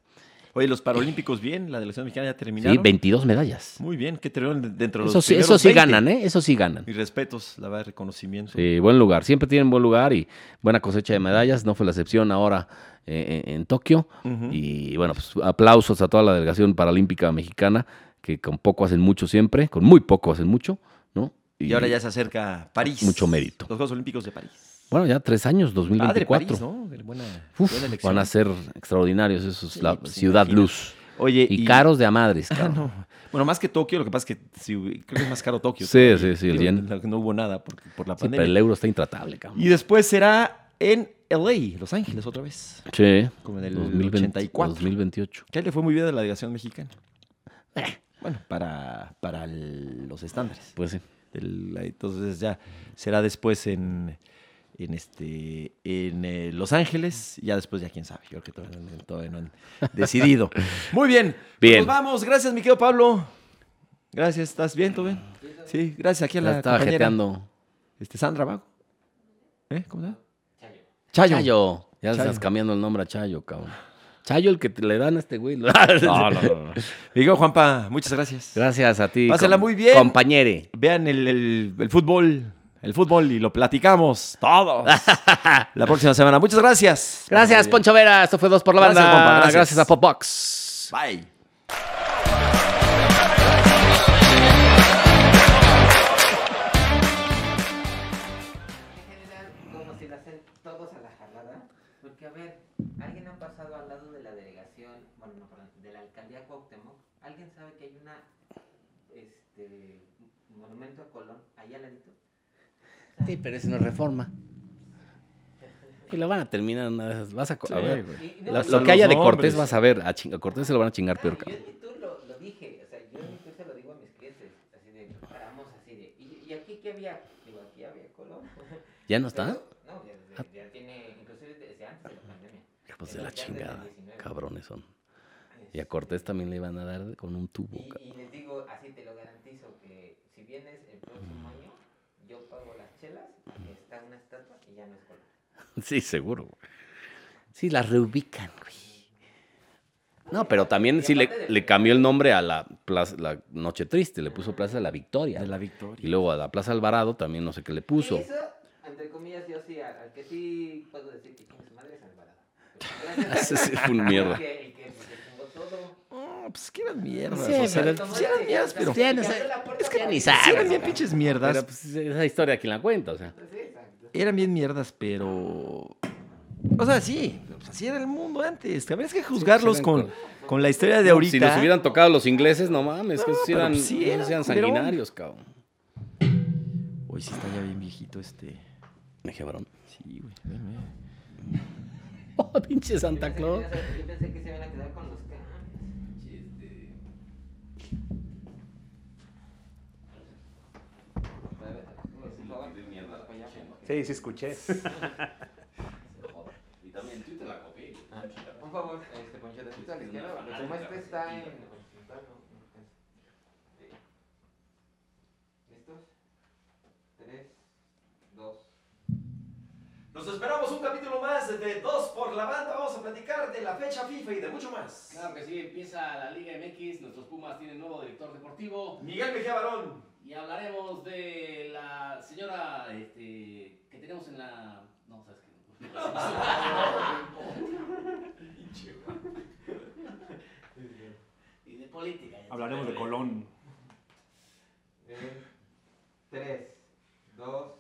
Speaker 1: Oye, los Paralímpicos bien, la delegación mexicana ya terminaron.
Speaker 2: Sí, 22 medallas.
Speaker 1: Muy bien, que terminaron de- dentro de los
Speaker 2: Eso sí, eso
Speaker 1: primeros
Speaker 2: sí
Speaker 1: 20.
Speaker 2: ganan, ¿eh? Eso sí ganan.
Speaker 1: Mis respetos, la verdad, reconocimiento.
Speaker 2: Sí, buen lugar. Siempre tienen buen lugar y buena cosecha de medallas. No fue la excepción ahora eh, en, en Tokio.
Speaker 1: Ujú.
Speaker 2: Y bueno, pues aplausos a toda la delegación paralímpica mexicana, que con poco hacen mucho siempre, con muy poco hacen mucho, ¿no?
Speaker 1: Y ahora ya se acerca París.
Speaker 2: Mucho mérito.
Speaker 1: Los Juegos Olímpicos de París.
Speaker 2: Bueno, ya tres años,
Speaker 1: Padre
Speaker 2: 2024.
Speaker 1: París, ¿no? Buena,
Speaker 2: Uf,
Speaker 1: buena elección.
Speaker 2: van a ser extraordinarios esos,
Speaker 1: Sí,
Speaker 2: la
Speaker 1: pues,
Speaker 2: Ciudad
Speaker 1: imagínate.
Speaker 2: Luz.
Speaker 1: Oye,
Speaker 2: Y, caros de a madres,
Speaker 1: Ah,
Speaker 2: cabrón.
Speaker 1: no. Bueno, más que Tokio, lo que pasa es que sí, güey, creo que es más caro Tokio.
Speaker 2: Sí, sí, sí, el
Speaker 1: Digo,
Speaker 2: yen.
Speaker 1: No, no hubo nada por, por la
Speaker 2: Sí, pero
Speaker 1: pandemia.
Speaker 2: el euro está intratable, cabrón.
Speaker 1: Y después será en LA, Los Ángeles, otra vez.
Speaker 2: Sí.
Speaker 1: Como en el
Speaker 2: 2020,
Speaker 1: 84.
Speaker 2: 2028.
Speaker 1: Que le fue muy bien a la delegación mexicana.
Speaker 2: Eh.
Speaker 1: Bueno, para, para el- los estándares.
Speaker 2: Pues sí.
Speaker 1: del- entonces ya será después en, en este en eh, Los Ángeles. Ya después ya quién sabe. Yo creo que todavía no, todavía no han decidido. Muy bien. pues
Speaker 2: Bien.
Speaker 1: Nos vamos. Gracias, mi querido Pablo. Gracias. ¿Estás bien, todo bien? Sí, gracias. Aquí a
Speaker 2: Ya
Speaker 1: la
Speaker 2: estaba
Speaker 1: compañera,
Speaker 2: jeteando.
Speaker 1: Este, Sandra Vago. ¿Eh? ¿Cómo se llama?
Speaker 2: Chayo. Ya
Speaker 1: Chayo.
Speaker 2: estás cambiando el nombre a Chayo, cabrón. Chayo el que te le dan a este güey.
Speaker 1: Mi querido Juanpa, muchas gracias.
Speaker 2: Gracias a ti.
Speaker 1: Pásala
Speaker 2: com-
Speaker 1: muy bien.
Speaker 2: Compañere.
Speaker 1: Vean el, el- el fútbol. El fútbol y lo platicamos todos. la próxima semana. Muchas gracias.
Speaker 2: Gracias, Poncho Vera. Esto fue Dos por la
Speaker 1: Gracias,
Speaker 2: Banda.
Speaker 1: compa, gracias.
Speaker 2: gracias a Popbox.
Speaker 1: Bye.
Speaker 3: general, como si la hacen todos a la jalada, porque a ver, alguien ha pasado al lado de la delegación, bueno, no, perdón, de la alcaldía Cuauhtémoc, alguien sabe que hay una, este, monumento a Colón, allá al ladito.
Speaker 2: Sí, pero eso no es reforma. Y lo van a terminar una de esas. Vas a, co- a ver,
Speaker 3: Y- y no,
Speaker 2: lo,
Speaker 3: y-
Speaker 2: lo
Speaker 1: Hasta
Speaker 2: que haya
Speaker 1: los
Speaker 2: de Cortés
Speaker 1: nombres.
Speaker 2: vas a ver. A, chinga, a Cortés se lo van a chingar peor.
Speaker 3: yo
Speaker 2: cabrón.
Speaker 3: en mi tour lo, lo dije, o sea, yo en mi tour se lo digo a mis clientes, así de, paramos así de, y, y aquí qué había, digo, aquí había Colón.
Speaker 2: ¿Ya no está?
Speaker 3: No, ya, ya- ya tiene, inclusive desde antes de la pandemia.
Speaker 2: Hijos de la chingada. Cabrones son. Y a Cortés también le van a dar con un tubo.
Speaker 3: Y,
Speaker 2: cabrón.
Speaker 3: y les digo, así te lo garantizo, que si vienes el próximo año, yo pago las chelas, está una estatua y ya no es color.
Speaker 2: Sí, seguro. güey. Sí, la reubican, güey. No, pero también sí le, le cambió el nombre a la, plaza, la Noche Triste. Le puso Plaza de la Victoria.
Speaker 1: De la
Speaker 2: Y
Speaker 1: victoria.
Speaker 2: luego a la Plaza Alvarado también no sé qué le puso.
Speaker 3: Eso, entre comillas, yo sí, al, al que sí puedo decir que chingue su madre es Alvarado. Gracias.
Speaker 2: Ese sí fue un mierda.
Speaker 3: El que, el que se chingó todo.
Speaker 1: No, pues que eran mierdas.
Speaker 2: Sí,
Speaker 1: o sea, pues,
Speaker 2: pero-
Speaker 1: sí eran mierdas, pero.
Speaker 2: Sí, no sé, es que ni sabe.
Speaker 1: sí eran bien pinches mierdas.
Speaker 2: Pero pues, esa historia quién la cuenta, o sea.
Speaker 3: Sí, exacto.
Speaker 1: Eran bien mierdas, pero. O sea, sí. pero, pues, así era el mundo antes. También es que juzgarlos
Speaker 2: eran
Speaker 1: con, con la historia de
Speaker 2: No,
Speaker 1: ahorita.
Speaker 2: Si nos hubieran tocado los ingleses, no mames, que
Speaker 1: No,
Speaker 2: esos
Speaker 1: pero
Speaker 2: eran,
Speaker 1: pues sí eran,
Speaker 2: esos
Speaker 1: culero.
Speaker 2: eran sanguinarios, cabrón.
Speaker 1: Hoy sí está ya bien viejito este.
Speaker 2: Me cabrón.
Speaker 1: Sí, güey. ven, ven.
Speaker 2: Oh, pinche Santa
Speaker 3: Yo
Speaker 2: Claus.
Speaker 3: pensé que- yo pensé que se iban a quedar con los canes.
Speaker 4: Sí, sí escuché.
Speaker 3: Un favor, este Poncho, de a la izquierda, porque como este está en horizontal, no, no alcanza. ¿Listos? Tres, dos.
Speaker 1: Nos esperamos un capítulo más de Dos por la Banda. Vamos a platicar de la fecha FIFA y de mucho más.
Speaker 2: Claro que sí, empieza la Liga MX, nuestros Pumas tienen nuevo director deportivo
Speaker 1: Miguel Mejía Barón.
Speaker 2: y hablaremos de la señora este, que tenemos en la... No, sabes qué. y de política. ya
Speaker 4: Hablaremos de
Speaker 2: sabes.
Speaker 4: Colón.
Speaker 3: Eh, tres, dos.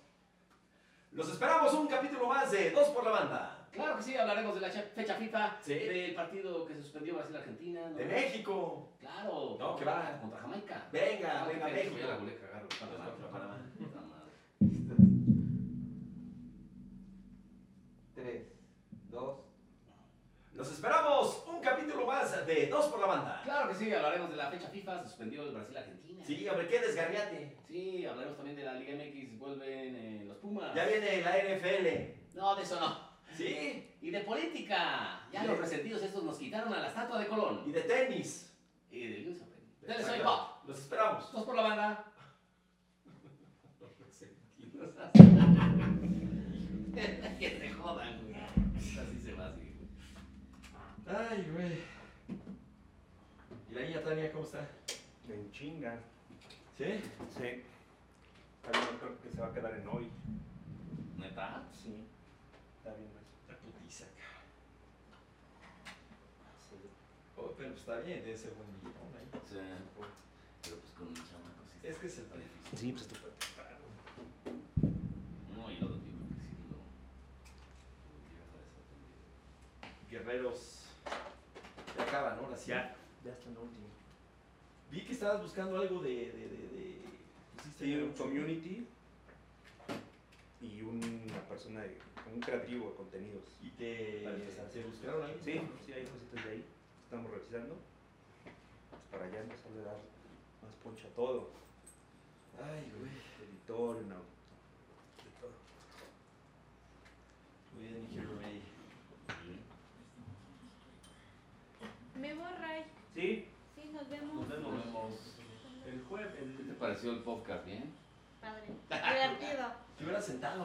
Speaker 1: Los esperamos un capítulo más de Dos por la Banda.
Speaker 2: Claro que sí, hablaremos de la fecha FIFA,
Speaker 1: Sí.
Speaker 2: del partido que suspendió Brasil-Argentina. ¿no?
Speaker 1: De México.
Speaker 2: Claro.
Speaker 1: No, que va.
Speaker 2: Contra Jamaica.
Speaker 1: Venga,
Speaker 2: Ah,
Speaker 1: venga,
Speaker 2: qué pendejo,
Speaker 1: México.
Speaker 2: ya la volé a cagar, güey. Panamá,
Speaker 1: Contra Panamá.
Speaker 2: puta madre.
Speaker 3: Tres, dos.
Speaker 1: Los esperamos un capítulo más de Dos por la Banda.
Speaker 2: Claro que sí, hablaremos de la fecha FIFA, se suspendió el Brasil-Argentina.
Speaker 1: Sí, hombre, qué desgarriate.
Speaker 2: Sí, hablaremos también de la Liga MX, vuelven eh, los Pumas.
Speaker 1: Ya viene la NFL.
Speaker 2: No, de eso no.
Speaker 1: Sí,
Speaker 2: Y de política. Ya
Speaker 1: Sí.
Speaker 2: los resentidos estos nos quitaron a la estatua de Colón.
Speaker 1: y de tenis.
Speaker 2: Y de Luis Open. Dale, soy Pop.
Speaker 1: Los esperamos.
Speaker 2: Dos por la banda. que te jodan, güey. Así se va, así, güey.
Speaker 1: Ay, güey. ¿Y la niña Tania cómo está?
Speaker 4: En chinga.
Speaker 1: ¿Sí?
Speaker 4: Sí. Pero no creo que se va a quedar en hoy.
Speaker 2: ¿Neta?
Speaker 4: Sí. Está bien, pues. güey.
Speaker 1: La putiza, cabrón. Oh, pero pues está bien, debe ser buen millón ahí.
Speaker 2: Sí. Pero pues con un chamaco sí.
Speaker 1: ¿eh? Es que es el tenis.
Speaker 4: Sí, pues tú puedes estar, güey.
Speaker 2: No, y lo otro tipo que sí lo. lo llevas a desaprender.
Speaker 1: Guerreros. Ya acaban, ¿no? Las
Speaker 4: Ya, ya está en último.
Speaker 1: Vi que estabas buscando algo de. de, de, de... pusiste
Speaker 4: Sí,
Speaker 1: algo
Speaker 4: un community. Y y una persona, de, un creativo de contenidos.
Speaker 5: ¿Y te,
Speaker 4: Para empezar.
Speaker 5: ¿te buscaron ahí?
Speaker 4: Sí, sí, hay cositas de ahí. Estamos revisando. Pues para allá empezarle a dar más poncha a todo.
Speaker 5: Ay, güey.
Speaker 4: Editor, no. De todo.
Speaker 5: Muy bien, ingeniero May.
Speaker 6: Me borra.
Speaker 4: Sí,
Speaker 6: Sí, nos vemos.
Speaker 4: el jueves. el-
Speaker 2: pareció el podcast, bien?
Speaker 6: Padre. Divertido.
Speaker 5: Te hubieras sentado.